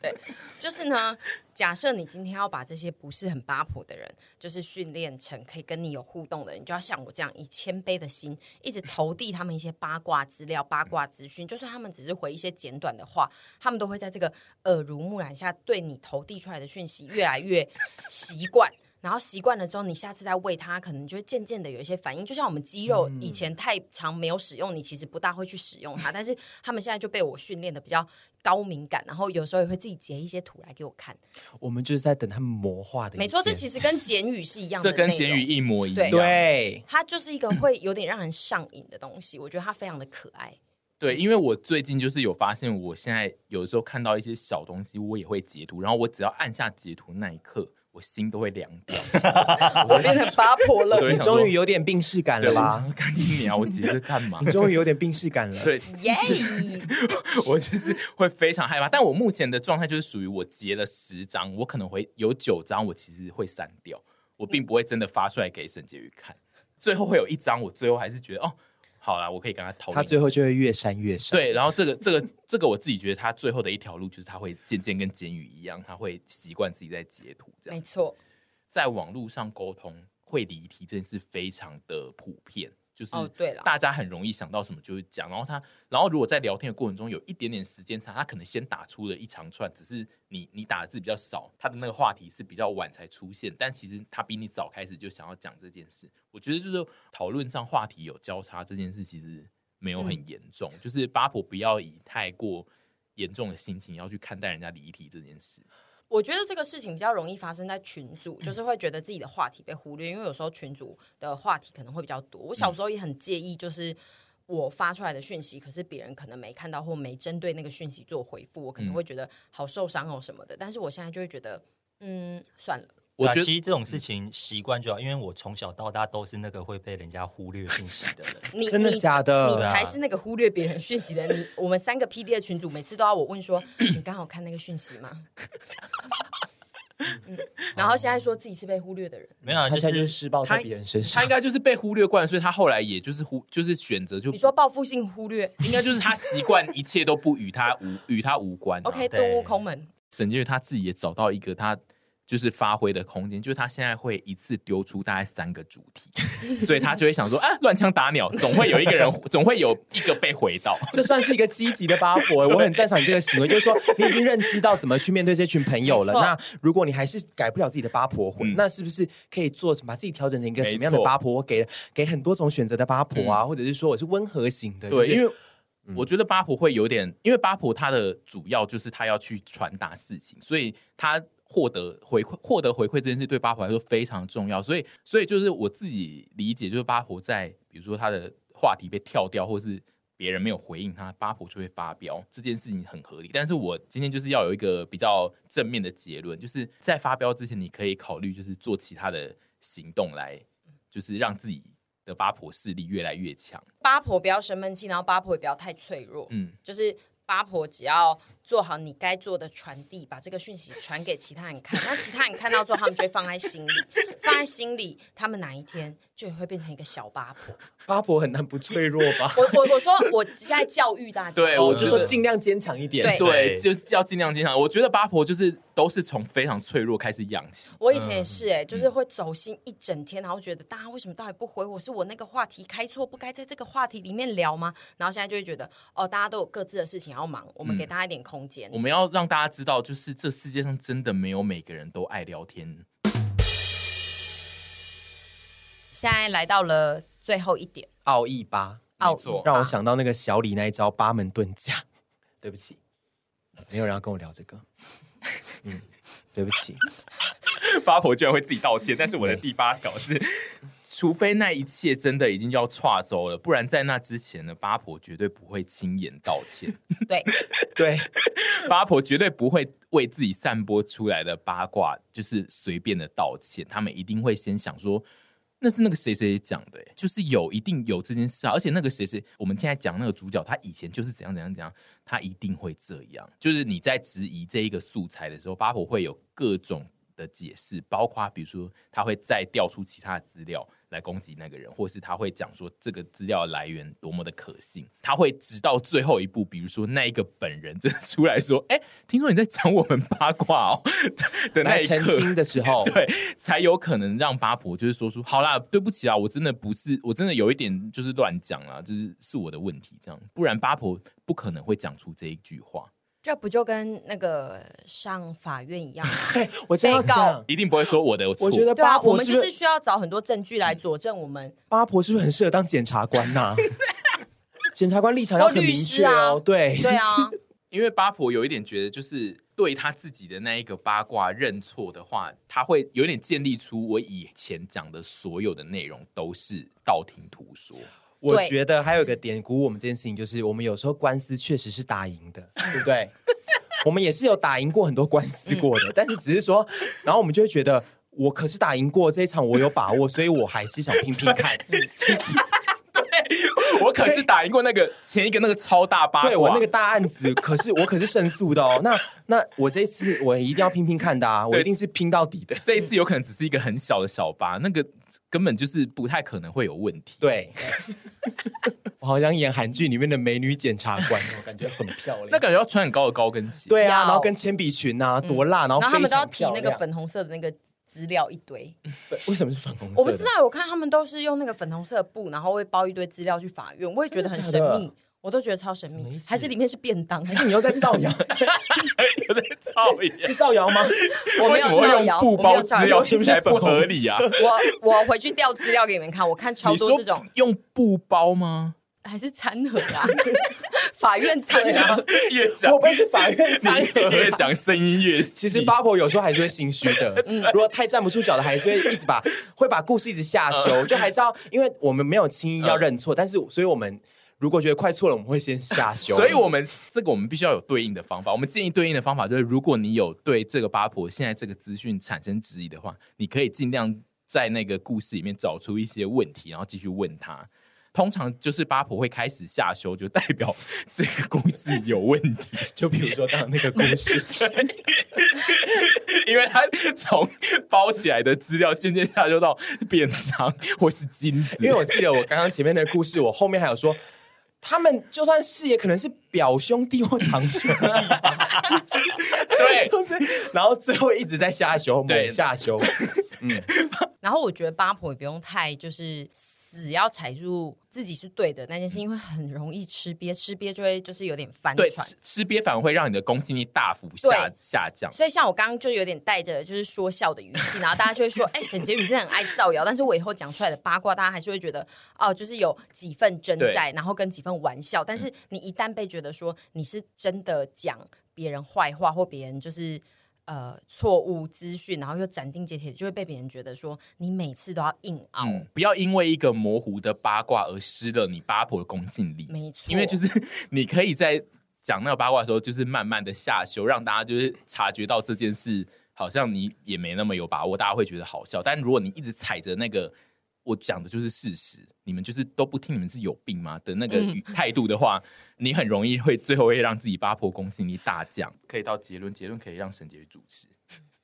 Speaker 2: 就是呢，假设你今天要把这些不是很八婆的人，就是训练成可以跟你有互动的人，你就要像我这样以谦卑的心，一直投递他们一些八卦资料、八卦资讯。就算他们只是回一些简短的话，他们都会在这个耳濡目染下，对你投递出来的讯息越来越习惯。然后习惯了之后，你下次再喂它，可能就会渐渐的有一些反应。就像我们肌肉
Speaker 1: 嗯
Speaker 2: 以前太长没有使用，你其实不大会去使用它，但 <laughs> 是他们现在就被我训练的比较高敏感，然后有时候也会自己截一些图来给我看。
Speaker 3: 我们就是在等他们魔化的一天。
Speaker 2: 没错，这其实跟简语是一样的
Speaker 1: 这
Speaker 2: 内容，
Speaker 1: 跟简语一模一样，
Speaker 2: 对
Speaker 3: 对，
Speaker 2: <laughs> 它就是一个会有点让人上瘾的东西。我觉得它非常的可爱。
Speaker 1: 对，因为我最近就是有发现，我现在有的时候看到一些小东西，我也会截图，然后我只要按下截图那一刻，我心都会凉
Speaker 3: <laughs>
Speaker 1: 掉。
Speaker 2: 我变成八婆了
Speaker 1: 对
Speaker 3: 你终于有点病逝感了
Speaker 1: 对
Speaker 3: 吧？
Speaker 1: 吧？看你鸟，我截这干嘛 <laughs>
Speaker 3: 你？终于有点病逝感了。
Speaker 1: 对
Speaker 2: 耶！
Speaker 1: 我就是会非常害怕，但我目前的状态就是属于我截了十张，我可能会有九张，我其实会删掉，我并不会真的发出来给沈婕妤看。最后会有一张，我最后还是觉得哦，好啦，我可以跟他讨论。
Speaker 3: 他最后就会越删越少。，
Speaker 1: 对，然后这个这个这个，我自己觉得他最后的一条路就是他会渐渐跟简语一样，他会习惯自己在截图这
Speaker 2: 没
Speaker 1: 样，
Speaker 2: 错，
Speaker 1: 在网络上沟通会离题，真的是非常的普遍。就是
Speaker 2: 哦对了
Speaker 1: 大家很容易想到什么就会讲，然后他，然后如果在聊天的过程中有一点点时间差，他可能先打出了一长串，只是你你打的字比较少，他的那个话题是比较晚才出现，但其实他比你早开始就想要讲这件事。我觉得就是讨论上话题有交叉这件事，其实没有很严重，就是八婆不要以太过严重的心情要去看待人家离题这件事。
Speaker 2: 我觉得这个事情比较容易发生在群组，
Speaker 3: 嗯
Speaker 2: 就是会觉得自己的话题被忽略，因为有时候群组的话题可能会比较多。我
Speaker 3: 嗯
Speaker 2: 小时候也很介意，就是。我发出来的讯息，可是别人可能没看到或没针对那个讯息做回复，我
Speaker 3: 嗯
Speaker 2: 可能会觉得好受伤哦什么的。但是我现在就会觉得，嗯，算了。
Speaker 1: 我
Speaker 4: 对啊
Speaker 1: 觉得
Speaker 4: 其实这种事情习惯就好，因为我从小到大都是那个会被人家忽略讯息的人。
Speaker 2: 你
Speaker 3: 真的
Speaker 2: 你
Speaker 3: 假的
Speaker 2: 你
Speaker 3: 对啊
Speaker 2: 才是那个忽略别人讯息的人。你我们三个 P D 的群主每次都要我问说，你刚好看那个讯息吗？ <laughs> 嗯，然后现在说自己是被忽略的人，
Speaker 4: 没有啊，
Speaker 3: 他
Speaker 4: 就
Speaker 3: 现在就是
Speaker 4: 是
Speaker 3: 施暴在
Speaker 1: 嗯他
Speaker 3: 别人身
Speaker 1: 他
Speaker 3: 上
Speaker 1: 应。该就是被忽略惯，所以他后来也就是忽就是选择就
Speaker 2: 你说报复性忽略
Speaker 1: 应该就是他习惯一切都不与他无与他无关、啊。
Speaker 2: ，OK，
Speaker 4: 对
Speaker 2: 动物抠门，
Speaker 1: 沈婕妤她自己也找到一个她就是发挥的空间，就是她现在会一次丢出大概三个主题， <laughs> 所以她就会想说啊，乱枪打鸟，总会有一个人，总会有一个被回到。
Speaker 3: 这算是一个积极的八婆，
Speaker 1: <laughs>
Speaker 3: 我很赞赏你这个行为，就是说你已经认知到怎么去面对这群朋友
Speaker 2: 没
Speaker 3: 了。
Speaker 2: 错
Speaker 3: 那如果你还是改不了自己的八婆魂，
Speaker 1: 嗯
Speaker 3: 那是不是可以做把自己调整成一个
Speaker 1: 没错嗯
Speaker 3: 什么样的八婆？我给给很多种选择的八婆啊，或者是说我是温和型的，
Speaker 1: 对，
Speaker 3: 就是嗯
Speaker 1: 因为我觉得八婆会有点，因为八婆她的主要就是她要去传达事情，所以她获得回馈，获得回馈这件事对八婆来说非常重要。所以，所以就是我自己理解，就是八婆在比如说她的话题被跳掉，或是别人没有回应她，八婆就会发飙，这件事情很合理。但是我今天就是要有一个比较正面的结论，就是在发飙之前，你可以考虑就是做其他的行动来，就是让自己的八婆势力越来越强。
Speaker 2: 八婆不要生闷气，然后八婆也不要太脆弱，
Speaker 1: 嗯。
Speaker 2: 就是八婆只要做好你该做的传递，把这个讯息传给其他人看，那其他人看到之后，他们就会放
Speaker 1: <laughs>
Speaker 2: 在心里，放在心里，他们哪一天就会变成一个小八婆。
Speaker 3: 八婆很难不脆弱吧？
Speaker 2: 我我我说我现在教育大家，
Speaker 1: <laughs> 对
Speaker 3: 我
Speaker 1: 我
Speaker 3: 就
Speaker 1: 觉
Speaker 3: 说
Speaker 1: 得
Speaker 3: 尽量坚强一点。
Speaker 2: 对
Speaker 1: 对，就
Speaker 4: 对
Speaker 1: 是要尽量坚强。我觉得八婆就是都是从非常脆弱开始养起。
Speaker 2: 我以前也是
Speaker 1: 嗯
Speaker 2: 哎、就是会走心一整天，然后觉得大家为什么到底不回我？是我那个话题开错，不该在这个话题里面聊吗？然后现在就会觉得，哦，大家都有各自的事情要忙，我
Speaker 1: 嗯
Speaker 2: 们给大家一点空间。
Speaker 1: 我们要让大家知道，就是这世界上真的没有每个人都爱聊天。
Speaker 2: 现在来到了最后一点，
Speaker 3: 奥义八
Speaker 1: 没
Speaker 2: 奥义
Speaker 1: 错
Speaker 3: 让我想到那个小李那一招八门遁甲。对不起，没有人要跟我聊这个。嗯，
Speaker 1: <laughs>
Speaker 3: 对不起。
Speaker 1: 八婆居然会自己道歉，但是我的第八条是除非那一切真的已经要岔走了，不然在那之前呢，八婆绝对不会亲眼道歉，
Speaker 2: 对，
Speaker 3: 对，
Speaker 1: 八婆绝对不会为自己散播出来的八卦就是随便的道歉，他们一定会先想说。那是那个谁谁讲的、欸，就是有一定有这件事啊，而且那个谁谁，我们现在讲那个主角，他以前就是怎样怎样怎样，他一定会这样。就是你在质疑这一个素材的时候，八婆会有各种的解释，包括比如说他会再调出其他的资料来攻击那个人，或是他会讲说这个资料来源多么的可信，他会直到最后一步，比如说那一个本人真的出来说：“哎、听说你在讲我们八卦哦” <laughs> 的那
Speaker 3: 来
Speaker 1: 一
Speaker 3: 澄
Speaker 1: 刻，
Speaker 3: 清的时候，
Speaker 1: <laughs> 对，才有可能让八婆就是说出好啦，对不起啊，我真的不是，我真的有一点就是乱讲啦，就是是我的问题这样，不然八婆不可能会讲出这一句话，
Speaker 2: 这不就跟那个上法院一样吗？
Speaker 3: 我真的要
Speaker 2: 被告
Speaker 3: 讲，
Speaker 1: 一定不会说我的错。
Speaker 3: <laughs> 我觉得
Speaker 2: 对啊，
Speaker 3: 八
Speaker 2: 我
Speaker 3: 婆
Speaker 2: 们
Speaker 3: 是
Speaker 2: 就
Speaker 3: 不
Speaker 2: 是需要找很多证据来佐证我们。
Speaker 3: 八婆是不是很适合当检察官
Speaker 2: <laughs>
Speaker 3: 呐？检察官立场要很明确
Speaker 2: 或律师啊
Speaker 3: 哦，对， <laughs>
Speaker 2: 对啊，
Speaker 1: 因为八婆有一点觉得，就是对她自己的那一个八卦认错的话，她会有点建立出我以前讲的所有的内容都是道听途
Speaker 3: <laughs>
Speaker 1: 说。
Speaker 3: 我
Speaker 2: 对
Speaker 3: 觉得还有一个点鼓舞我们这件事情，就是我们有时候官司确实是打赢的，对不对？ <laughs> 我们也是有打赢过很多官司过
Speaker 2: <laughs>
Speaker 3: 的，但是只是说，然后我们就会觉得，我可是打赢过这一场，我有把握，所以我还是想拼拼
Speaker 2: <laughs>
Speaker 3: 看。
Speaker 2: 嗯
Speaker 1: 我可是打赢过那个前一个那个超大八卦，
Speaker 3: 对我那个大案子，可是我可是胜诉的哦。那那我这一次我一定要拼拼看的啊，我
Speaker 1: 对
Speaker 3: 一定是拼到底的。
Speaker 1: 这一次有可能只是一个很小的小疤，那个根本就是不太可能会有问题。
Speaker 3: 对， <laughs> 我好想演韩剧里面的美女检察官， <laughs> 哦，感觉很漂亮。
Speaker 1: 那感觉要穿很高的高跟鞋。，
Speaker 3: 对啊，
Speaker 2: 要嗯
Speaker 3: 然后跟铅笔裙啊，多辣，然后
Speaker 2: 然后他们
Speaker 3: 非
Speaker 2: 都要
Speaker 3: 常
Speaker 2: 提那
Speaker 3: 漂
Speaker 2: 个
Speaker 3: 亮
Speaker 2: 粉红色的那个资料一堆，
Speaker 3: 对为什么是粉红色的？
Speaker 2: 我不知道，我看他们都是用那个粉红色的布，然后会包一堆资料去法院，我也觉得很神
Speaker 3: 真的假
Speaker 2: 秘
Speaker 3: 的，
Speaker 2: 我都觉得超神
Speaker 4: 什么
Speaker 2: 秘
Speaker 4: 意，思
Speaker 2: 还是里面是便当，
Speaker 3: 你又在造
Speaker 2: <laughs>
Speaker 3: 谣，
Speaker 1: 有在造谣。
Speaker 3: <laughs> 是造谣吗？
Speaker 2: 我没
Speaker 1: 为
Speaker 2: 有
Speaker 1: 什么会
Speaker 2: 造
Speaker 1: 用
Speaker 2: 谣，
Speaker 1: 布
Speaker 2: 我没
Speaker 1: 包
Speaker 2: 有
Speaker 1: 资
Speaker 2: 造
Speaker 1: 料
Speaker 2: 谣，
Speaker 1: 听起来不合理啊？
Speaker 2: 我我回去调资料给你们看，我看超多这种
Speaker 1: 你说用布包吗？ <laughs>
Speaker 2: 还是餐盒啊， <laughs> 法院餐
Speaker 1: 啊
Speaker 2: 盒，
Speaker 1: 越讲
Speaker 3: 我不会是法院参
Speaker 1: 你越
Speaker 3: 和。
Speaker 1: 讲声音越细
Speaker 3: <laughs> 其实八婆有时候还是会心虚
Speaker 2: <laughs>
Speaker 3: 的，
Speaker 2: 嗯
Speaker 3: 如果太站不住脚的，还是会一直把会把故事一直下修，
Speaker 2: 嗯
Speaker 3: 就还是要，因为我们没有轻易要认错，但是所以我们如果觉得快错了，我们会先下修。
Speaker 1: 所以，我们这个我们必须要有对应的方法。我们建议对应的方法就是，如果你有对这个八婆现在这个资讯产生质疑的话，你可以尽量在那个故事里面找出一些问题，然后继续问她。通常就是八婆会开始下修，就代表这个故事有问题。 <laughs>
Speaker 3: 就比如说刚刚那个故事，
Speaker 1: 因为他从包起来的资料渐渐下修到便当或是金子，
Speaker 3: 因为我记得我刚刚前面的故事，我后面还有说。他们就算是，也可能是表兄弟或堂兄弟吧，
Speaker 1: <laughs> 对
Speaker 3: 就是，然后最后一直在下修，
Speaker 1: 对
Speaker 3: 猛下修，
Speaker 2: 然后我觉得八婆也不用太就是死要踩住自己是对的那件事，因为很容易吃瘪，吃瘪就会就是有点翻
Speaker 1: 对
Speaker 2: 船
Speaker 1: 吃。吃瘪反而会让你的公信力大幅下
Speaker 2: 对
Speaker 1: 下降。
Speaker 2: 所以像我刚刚就有点带着就是说笑的语气，然后大家就会说，哎、 <laughs> 沈婕妤真的很爱造谣。但是我以后讲出来的八卦，大家还是会觉得哦，就是有几份真在，然后跟几份玩笑。但是你一旦被觉得说你是真的讲别人坏话或别人就是。呃，错误资讯，然后又斩钉截铁，就会被别人觉得说你每次都要硬凹，
Speaker 1: 嗯，不要因为一个模糊的八卦而失了你八婆的公信力。
Speaker 2: 没错，
Speaker 1: 因为就是你可以在讲那个八卦的时候，就是慢慢的下修，让大家就是察觉到这件事好像你也没那么有把握，大家会觉得好笑。但如果你一直踩着那个我讲的就是事实，你们就是都不听，你们是有病
Speaker 3: <laughs>
Speaker 1: 吗的那个语态度的话，你很容易会最后会让自己八婆公信力大降。可以到结论，结论可以让沈婕妤主持。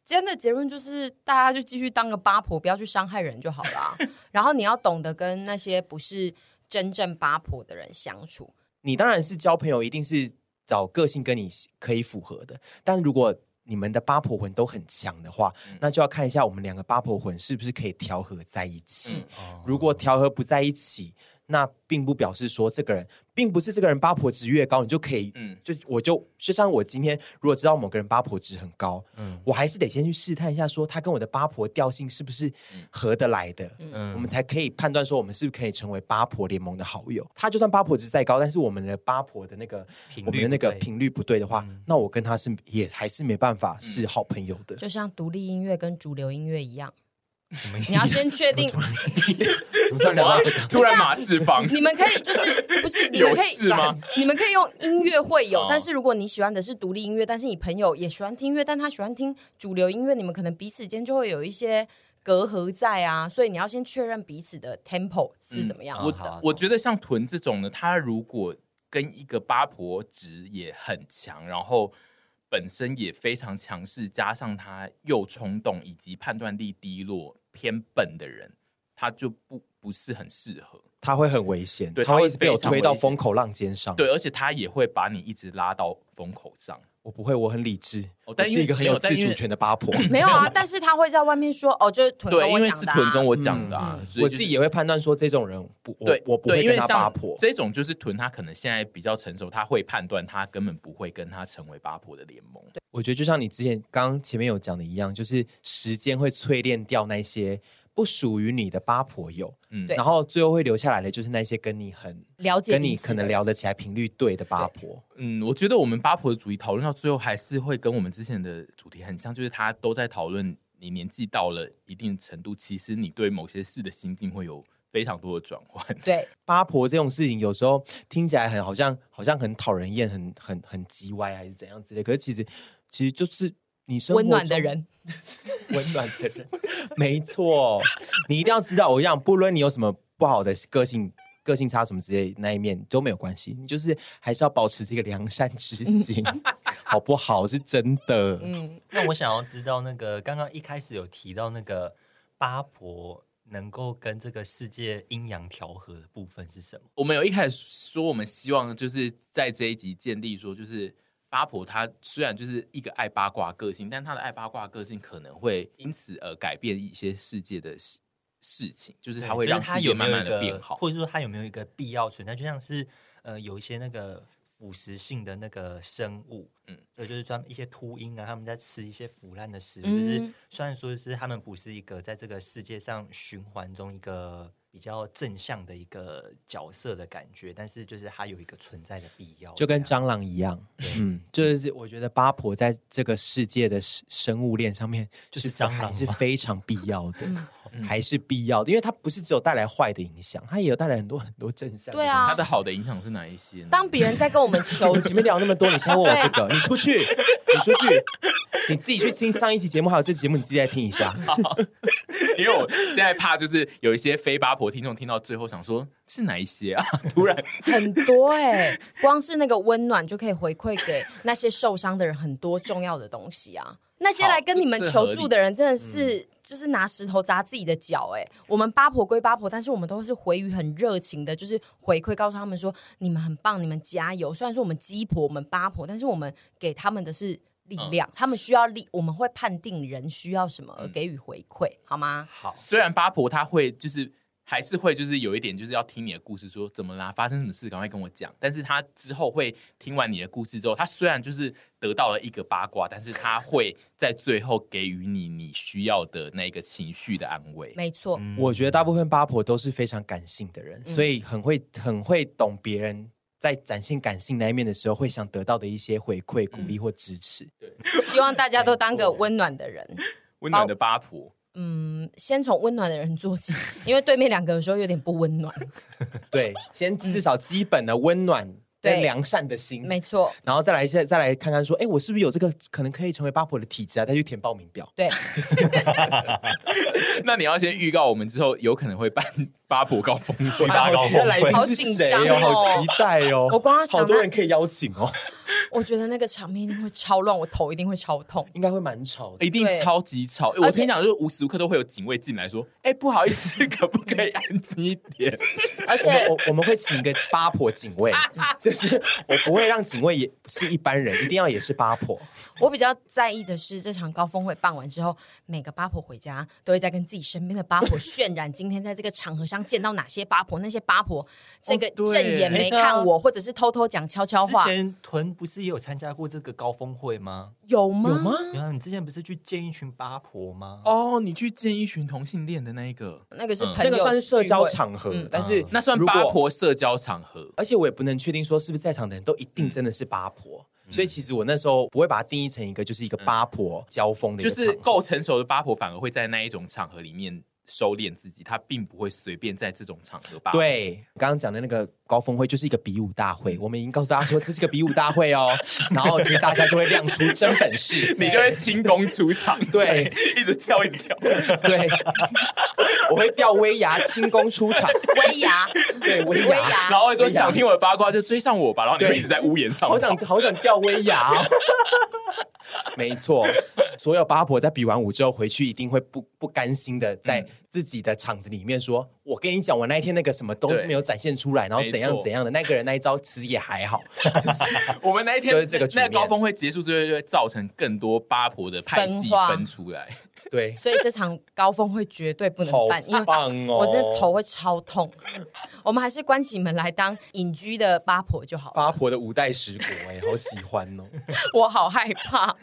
Speaker 2: 今天的结论就是，大家就继续当个八婆，不要去伤害人就好
Speaker 1: <laughs>
Speaker 2: 啦。然后你要懂得跟那些不是真正八婆的人相处。
Speaker 3: 你当然是交朋友，一定是找个性跟你可以符合的。但如果你们的八婆魂都很强的话，
Speaker 1: 嗯
Speaker 3: 那就要看一下我们两个八婆魂是不是可以调和在一起。
Speaker 1: 嗯
Speaker 4: 哦
Speaker 3: 如果调和不在一起，那并不表示说这个人并不是这个人八婆值越高，你就可以。
Speaker 1: 嗯
Speaker 3: 就我就就像我今天如果知道某个人八婆值很高，
Speaker 4: 嗯
Speaker 3: 我还是得先去试探一下，说他跟我的八婆调性是不是
Speaker 1: 嗯
Speaker 3: 合得来的。我们
Speaker 4: 嗯，
Speaker 3: 才可以判断说我们是不是可以成为八婆联盟的好友。他就算八婆值再高，但是我们的八婆的那个
Speaker 4: 频率
Speaker 3: 我们的那个
Speaker 4: 不对
Speaker 3: 频率不对的话，
Speaker 1: 嗯
Speaker 3: 那我跟他是也还是没办法是好朋友的。
Speaker 2: 就像独立音乐跟主流音乐一样，你要先确
Speaker 1: <laughs>
Speaker 2: 定，
Speaker 3: 怎么突然聊到这个？
Speaker 1: 突然马释放，
Speaker 2: 你们可以就是不是你们可
Speaker 1: 有事
Speaker 2: 以
Speaker 1: 吗？
Speaker 2: 你们可以用音乐会有
Speaker 1: 哦，
Speaker 2: 但是如果你喜欢的是独立音乐，但是你朋友也喜欢听音乐，但他喜欢听主流音乐，你们可能彼此间就会有一些隔阂在啊，所以你要先确认彼此的 tempo 是怎么样。
Speaker 4: 嗯好啊
Speaker 1: 我我
Speaker 4: 懂
Speaker 1: 觉得像屯这种呢，他如果跟一个八婆值也很强，然后本身也非常强势，加上他又冲动以及判断力低落、偏笨的人，他就不不是很适合。
Speaker 3: 他会很危险，
Speaker 1: 对
Speaker 3: 他会
Speaker 1: 他
Speaker 3: 一
Speaker 1: 会
Speaker 3: 直被我推到
Speaker 1: 非常危险
Speaker 3: 风口浪尖上。
Speaker 1: 对，，而且他也会把你一直拉到风口上。
Speaker 3: 我不会，我很理智，
Speaker 1: 哦
Speaker 3: 我
Speaker 1: 但因为
Speaker 3: 是一个很
Speaker 1: 没
Speaker 3: 有
Speaker 1: 有但
Speaker 3: 自
Speaker 1: 因为
Speaker 3: 主权的八婆。
Speaker 2: <laughs> 没有啊，但是他会在外面说哦，就是屯
Speaker 1: 对，
Speaker 2: 跟
Speaker 1: 因
Speaker 2: 我
Speaker 1: 为
Speaker 2: 讲
Speaker 1: 是
Speaker 2: 的、啊，
Speaker 1: 屯跟我讲的啊，所以
Speaker 3: 嗯我
Speaker 1: 就
Speaker 3: 自
Speaker 1: 是
Speaker 3: 己也会判断说，这种人不，我
Speaker 1: 对，
Speaker 3: 我不
Speaker 1: 对
Speaker 3: 会
Speaker 1: 因为
Speaker 3: 跟他
Speaker 1: 像
Speaker 3: 八婆。
Speaker 1: 这种就是屯，他可能现在比较成熟，他会判断，他根本不会跟他成为八婆的联盟。
Speaker 3: 我觉得就像你之前刚刚前面有讲的一样，就是时间会淬炼掉那些不属于你的八婆友，
Speaker 1: 嗯
Speaker 2: 对
Speaker 3: 然后最后会留下来的就是那些跟你很
Speaker 2: 了解
Speaker 3: 跟
Speaker 2: 彼
Speaker 3: 你
Speaker 2: 此
Speaker 3: 可能
Speaker 2: 的
Speaker 3: 聊得起来频率对的八婆。
Speaker 1: 嗯，我觉得我们八婆的主题讨论到最后，还是会跟我们之前的主题很像，就是他都在讨论你年纪到了一定程度，其实你对某些事的心境会有非常多的转换。 <laughs>
Speaker 2: 对，
Speaker 3: 八婆这种事情有时候听起来很好像好像很讨人厌，很很很叽歪啊还是怎样之类，可是其实其实就是你生活
Speaker 2: 温暖的
Speaker 3: 中
Speaker 2: 人，
Speaker 3: 温暖的人，没错，你一定要知道，我跟你讲，不论你有什么不好的个性、个性差什么之类那一面都没有关系，你就是还是要保持这个良善之心，好不好？是真的，
Speaker 2: 嗯，
Speaker 4: <laughs> 那我想要知道，那个刚刚一开始有提到那个八婆能够跟这个世界阴阳调和的部分是什么？
Speaker 1: 我们有一开始说，我们希望就是在这一集建立说，就是八婆她虽然就是一个爱八卦个性，但她的爱八卦个性可能会因此而改变一些世界的事事情，就是她会让
Speaker 4: 就是它
Speaker 1: 世
Speaker 4: 有
Speaker 1: 界
Speaker 4: 没
Speaker 1: 慢慢
Speaker 4: 有一
Speaker 1: 的
Speaker 4: 个，
Speaker 1: 变好。
Speaker 4: 或者说它有没有一个必要存在？就像是呃，有一些那个腐蚀性的那个生物，嗯
Speaker 1: 嗯，
Speaker 4: 对，就是专一些秃鹰啊，他们在吃一些腐烂的食物，
Speaker 2: 嗯
Speaker 4: 就是虽然说是他们不是一个在这个世界上循环中一个。比较正向的一个角色的感觉，但是就是它有一个存在的必要，
Speaker 3: 就跟
Speaker 4: 这样
Speaker 3: 蟑螂一样，嗯，就是我觉得八婆在这个世界的生生物链上面，
Speaker 4: 就是蟑
Speaker 3: 还
Speaker 4: 螂
Speaker 3: 是非常必要的，还是必要的，因为它不是只有带来坏的影响，它也有带来很多很多正向。
Speaker 2: 对啊
Speaker 1: 她的好的影响是哪一些呢？
Speaker 2: 当别人在跟我们求
Speaker 3: <laughs> 我们前面聊那么多，你现在问我这个，你出去，你出去，你自己去听上一期节目，还有这期节目，你自己再听一下。
Speaker 2: 嗯
Speaker 1: 因为我现在怕就是有一些非八婆听众听到最后想说是哪一些啊？ <laughs> 突然
Speaker 2: 很多哎、光是那个温暖就可以回馈给那些受伤的人很多重要的东西啊。那些来跟你们求助的人，真的是就是拿石头砸自己的脚哎、我们八婆归八婆，但是我们都是回于很热情的，就是回馈告诉他们说你们很棒，你们加油。虽然说我们鸡婆，我们八婆，但是我们给他们的是力量，他们需要力，我们会判定人需要什么而给予回馈，好吗？
Speaker 4: 好，
Speaker 1: 虽然八婆她会就是还是会就是有一点就是要听你的故事说怎么啦，发生什么事，赶快跟我讲。但是她之后会听完你的故事之后，她虽然就是得到了一个八卦，但是她会在最后给予你你需要的那个情绪的安慰。
Speaker 2: 没错，
Speaker 4: 嗯
Speaker 3: 我觉得大部分八婆都是非常感性的人，所以很会很会懂别人。在展现感性那一面的时候，会想得到的一些回馈、鼓
Speaker 2: 嗯
Speaker 3: 励或支持。
Speaker 2: 希望大家都当个温暖的人。
Speaker 1: 温暖的八婆， <laughs>
Speaker 2: 嗯，先从温暖的人做起， <laughs> 因为对面两个有时候有点不温暖。
Speaker 3: 对，先至少基本的温暖跟
Speaker 2: 嗯对
Speaker 3: 良善的心，
Speaker 2: 没错，
Speaker 3: 然后再来一下，再来看看说，哎，我是不是有这个可能可以成为八婆的体质啊？再去填报名表。
Speaker 2: 对，
Speaker 1: 那你要先预告我们之后有可能会办八婆高峰会。
Speaker 4: 大高
Speaker 3: 好期待来
Speaker 4: 峰会
Speaker 3: 宾
Speaker 2: 好
Speaker 3: 是
Speaker 2: 紧
Speaker 3: 谁
Speaker 2: 张
Speaker 3: 哦
Speaker 2: 哦
Speaker 3: 好期待哦！
Speaker 2: 我光要想
Speaker 3: 好多
Speaker 2: 那
Speaker 3: 人可以邀请哦。
Speaker 2: 我觉得那个场面一定会超乱，我头一定会超痛。
Speaker 3: 应该会蛮吵的。
Speaker 1: 一定
Speaker 2: 对
Speaker 1: 超级吵！欸
Speaker 2: 而
Speaker 1: 我
Speaker 2: 且
Speaker 1: 跟你讲，就是无时无刻都会有警卫进来说：“哎、不好意
Speaker 2: <laughs>
Speaker 1: 思，可不可以安静一点
Speaker 2: 哎而
Speaker 3: 我们
Speaker 2: 且
Speaker 3: 我我们会请一个八婆警
Speaker 2: <laughs>
Speaker 3: 卫，就是我不会让警卫也是一般人，一定要也是八婆。
Speaker 2: 我比较在意的是，这场高峰会办完之后，每个八婆回家都会在跟自己身边的八婆渲染今天在这个场合上见到哪些八婆，那些八婆这个
Speaker 1: 对
Speaker 2: 正眼没看我，或者是偷偷讲悄悄
Speaker 4: 之
Speaker 2: 话，
Speaker 4: 前屯不是也有参加过这个高峰会吗？
Speaker 2: 有吗？
Speaker 3: 有吗？
Speaker 4: 然后你之前不是去见一群八婆吗？？”
Speaker 1: 哦，你去见一群同性恋的那一个，
Speaker 2: 那个是
Speaker 1: 嗯
Speaker 2: 朋
Speaker 3: 那
Speaker 2: 友聚会，
Speaker 3: 个算是社交场合，
Speaker 2: 嗯
Speaker 3: 但是
Speaker 1: 那算
Speaker 3: 如果
Speaker 1: 八。婆社交场合。
Speaker 3: 而且我也不能确定说是不是在场的人都一定真的是八婆，
Speaker 2: 嗯
Speaker 3: 所以其实我那时候不会把它定义成一个就是一个八婆交锋的一
Speaker 1: 就
Speaker 3: 个
Speaker 2: 嗯
Speaker 3: 场合，
Speaker 1: 是够成熟的八婆反而会在那一种场合里面收敛自己，她并不会随便在这种场合八。，
Speaker 3: 对，刚刚讲的那个高峰会就是一个比武大
Speaker 2: 嗯
Speaker 3: 会，我们已经告诉大家说这是个比武大会
Speaker 2: <laughs>
Speaker 3: 哦，然后就是大家就会亮出真本事，
Speaker 1: 你就会轻功出场，
Speaker 3: <laughs> 对，
Speaker 1: <laughs> 一直跳一直跳。
Speaker 3: 对，我会吊威亚轻功出场，
Speaker 2: 威牙，
Speaker 3: 对，威
Speaker 2: 威
Speaker 3: 亚，
Speaker 2: 牙，
Speaker 1: 然后会说想听我的八卦就追上我吧，然后你就
Speaker 3: 对
Speaker 1: 一直在屋檐上跑。
Speaker 3: 好想好想吊威亚、哦。 <laughs> 没错，所有八婆在比完武之后回去，一定会不不甘心的在自己的场子里面说：“我跟你讲，我那一天那个什么都
Speaker 1: 对
Speaker 3: 没有展现出来，然后
Speaker 1: 没
Speaker 3: 怎样
Speaker 1: 错
Speaker 3: 怎样的，那个人那一招其实也还好。
Speaker 1: 我们那一天
Speaker 3: 就是这个局
Speaker 1: 那
Speaker 3: 面
Speaker 1: 那高峰会结束之后，就会造成更多八婆的派系
Speaker 2: 分化
Speaker 1: 分出来。”
Speaker 3: 对，
Speaker 2: 所以这场高峰会绝对不
Speaker 3: 好
Speaker 2: 能办，因为
Speaker 3: 棒哦！
Speaker 2: 我真的头会超痛。我们还是关起门来当隐居的八婆就好了，
Speaker 3: 八婆的五代十国哎、好喜欢哦！
Speaker 2: 我好害怕。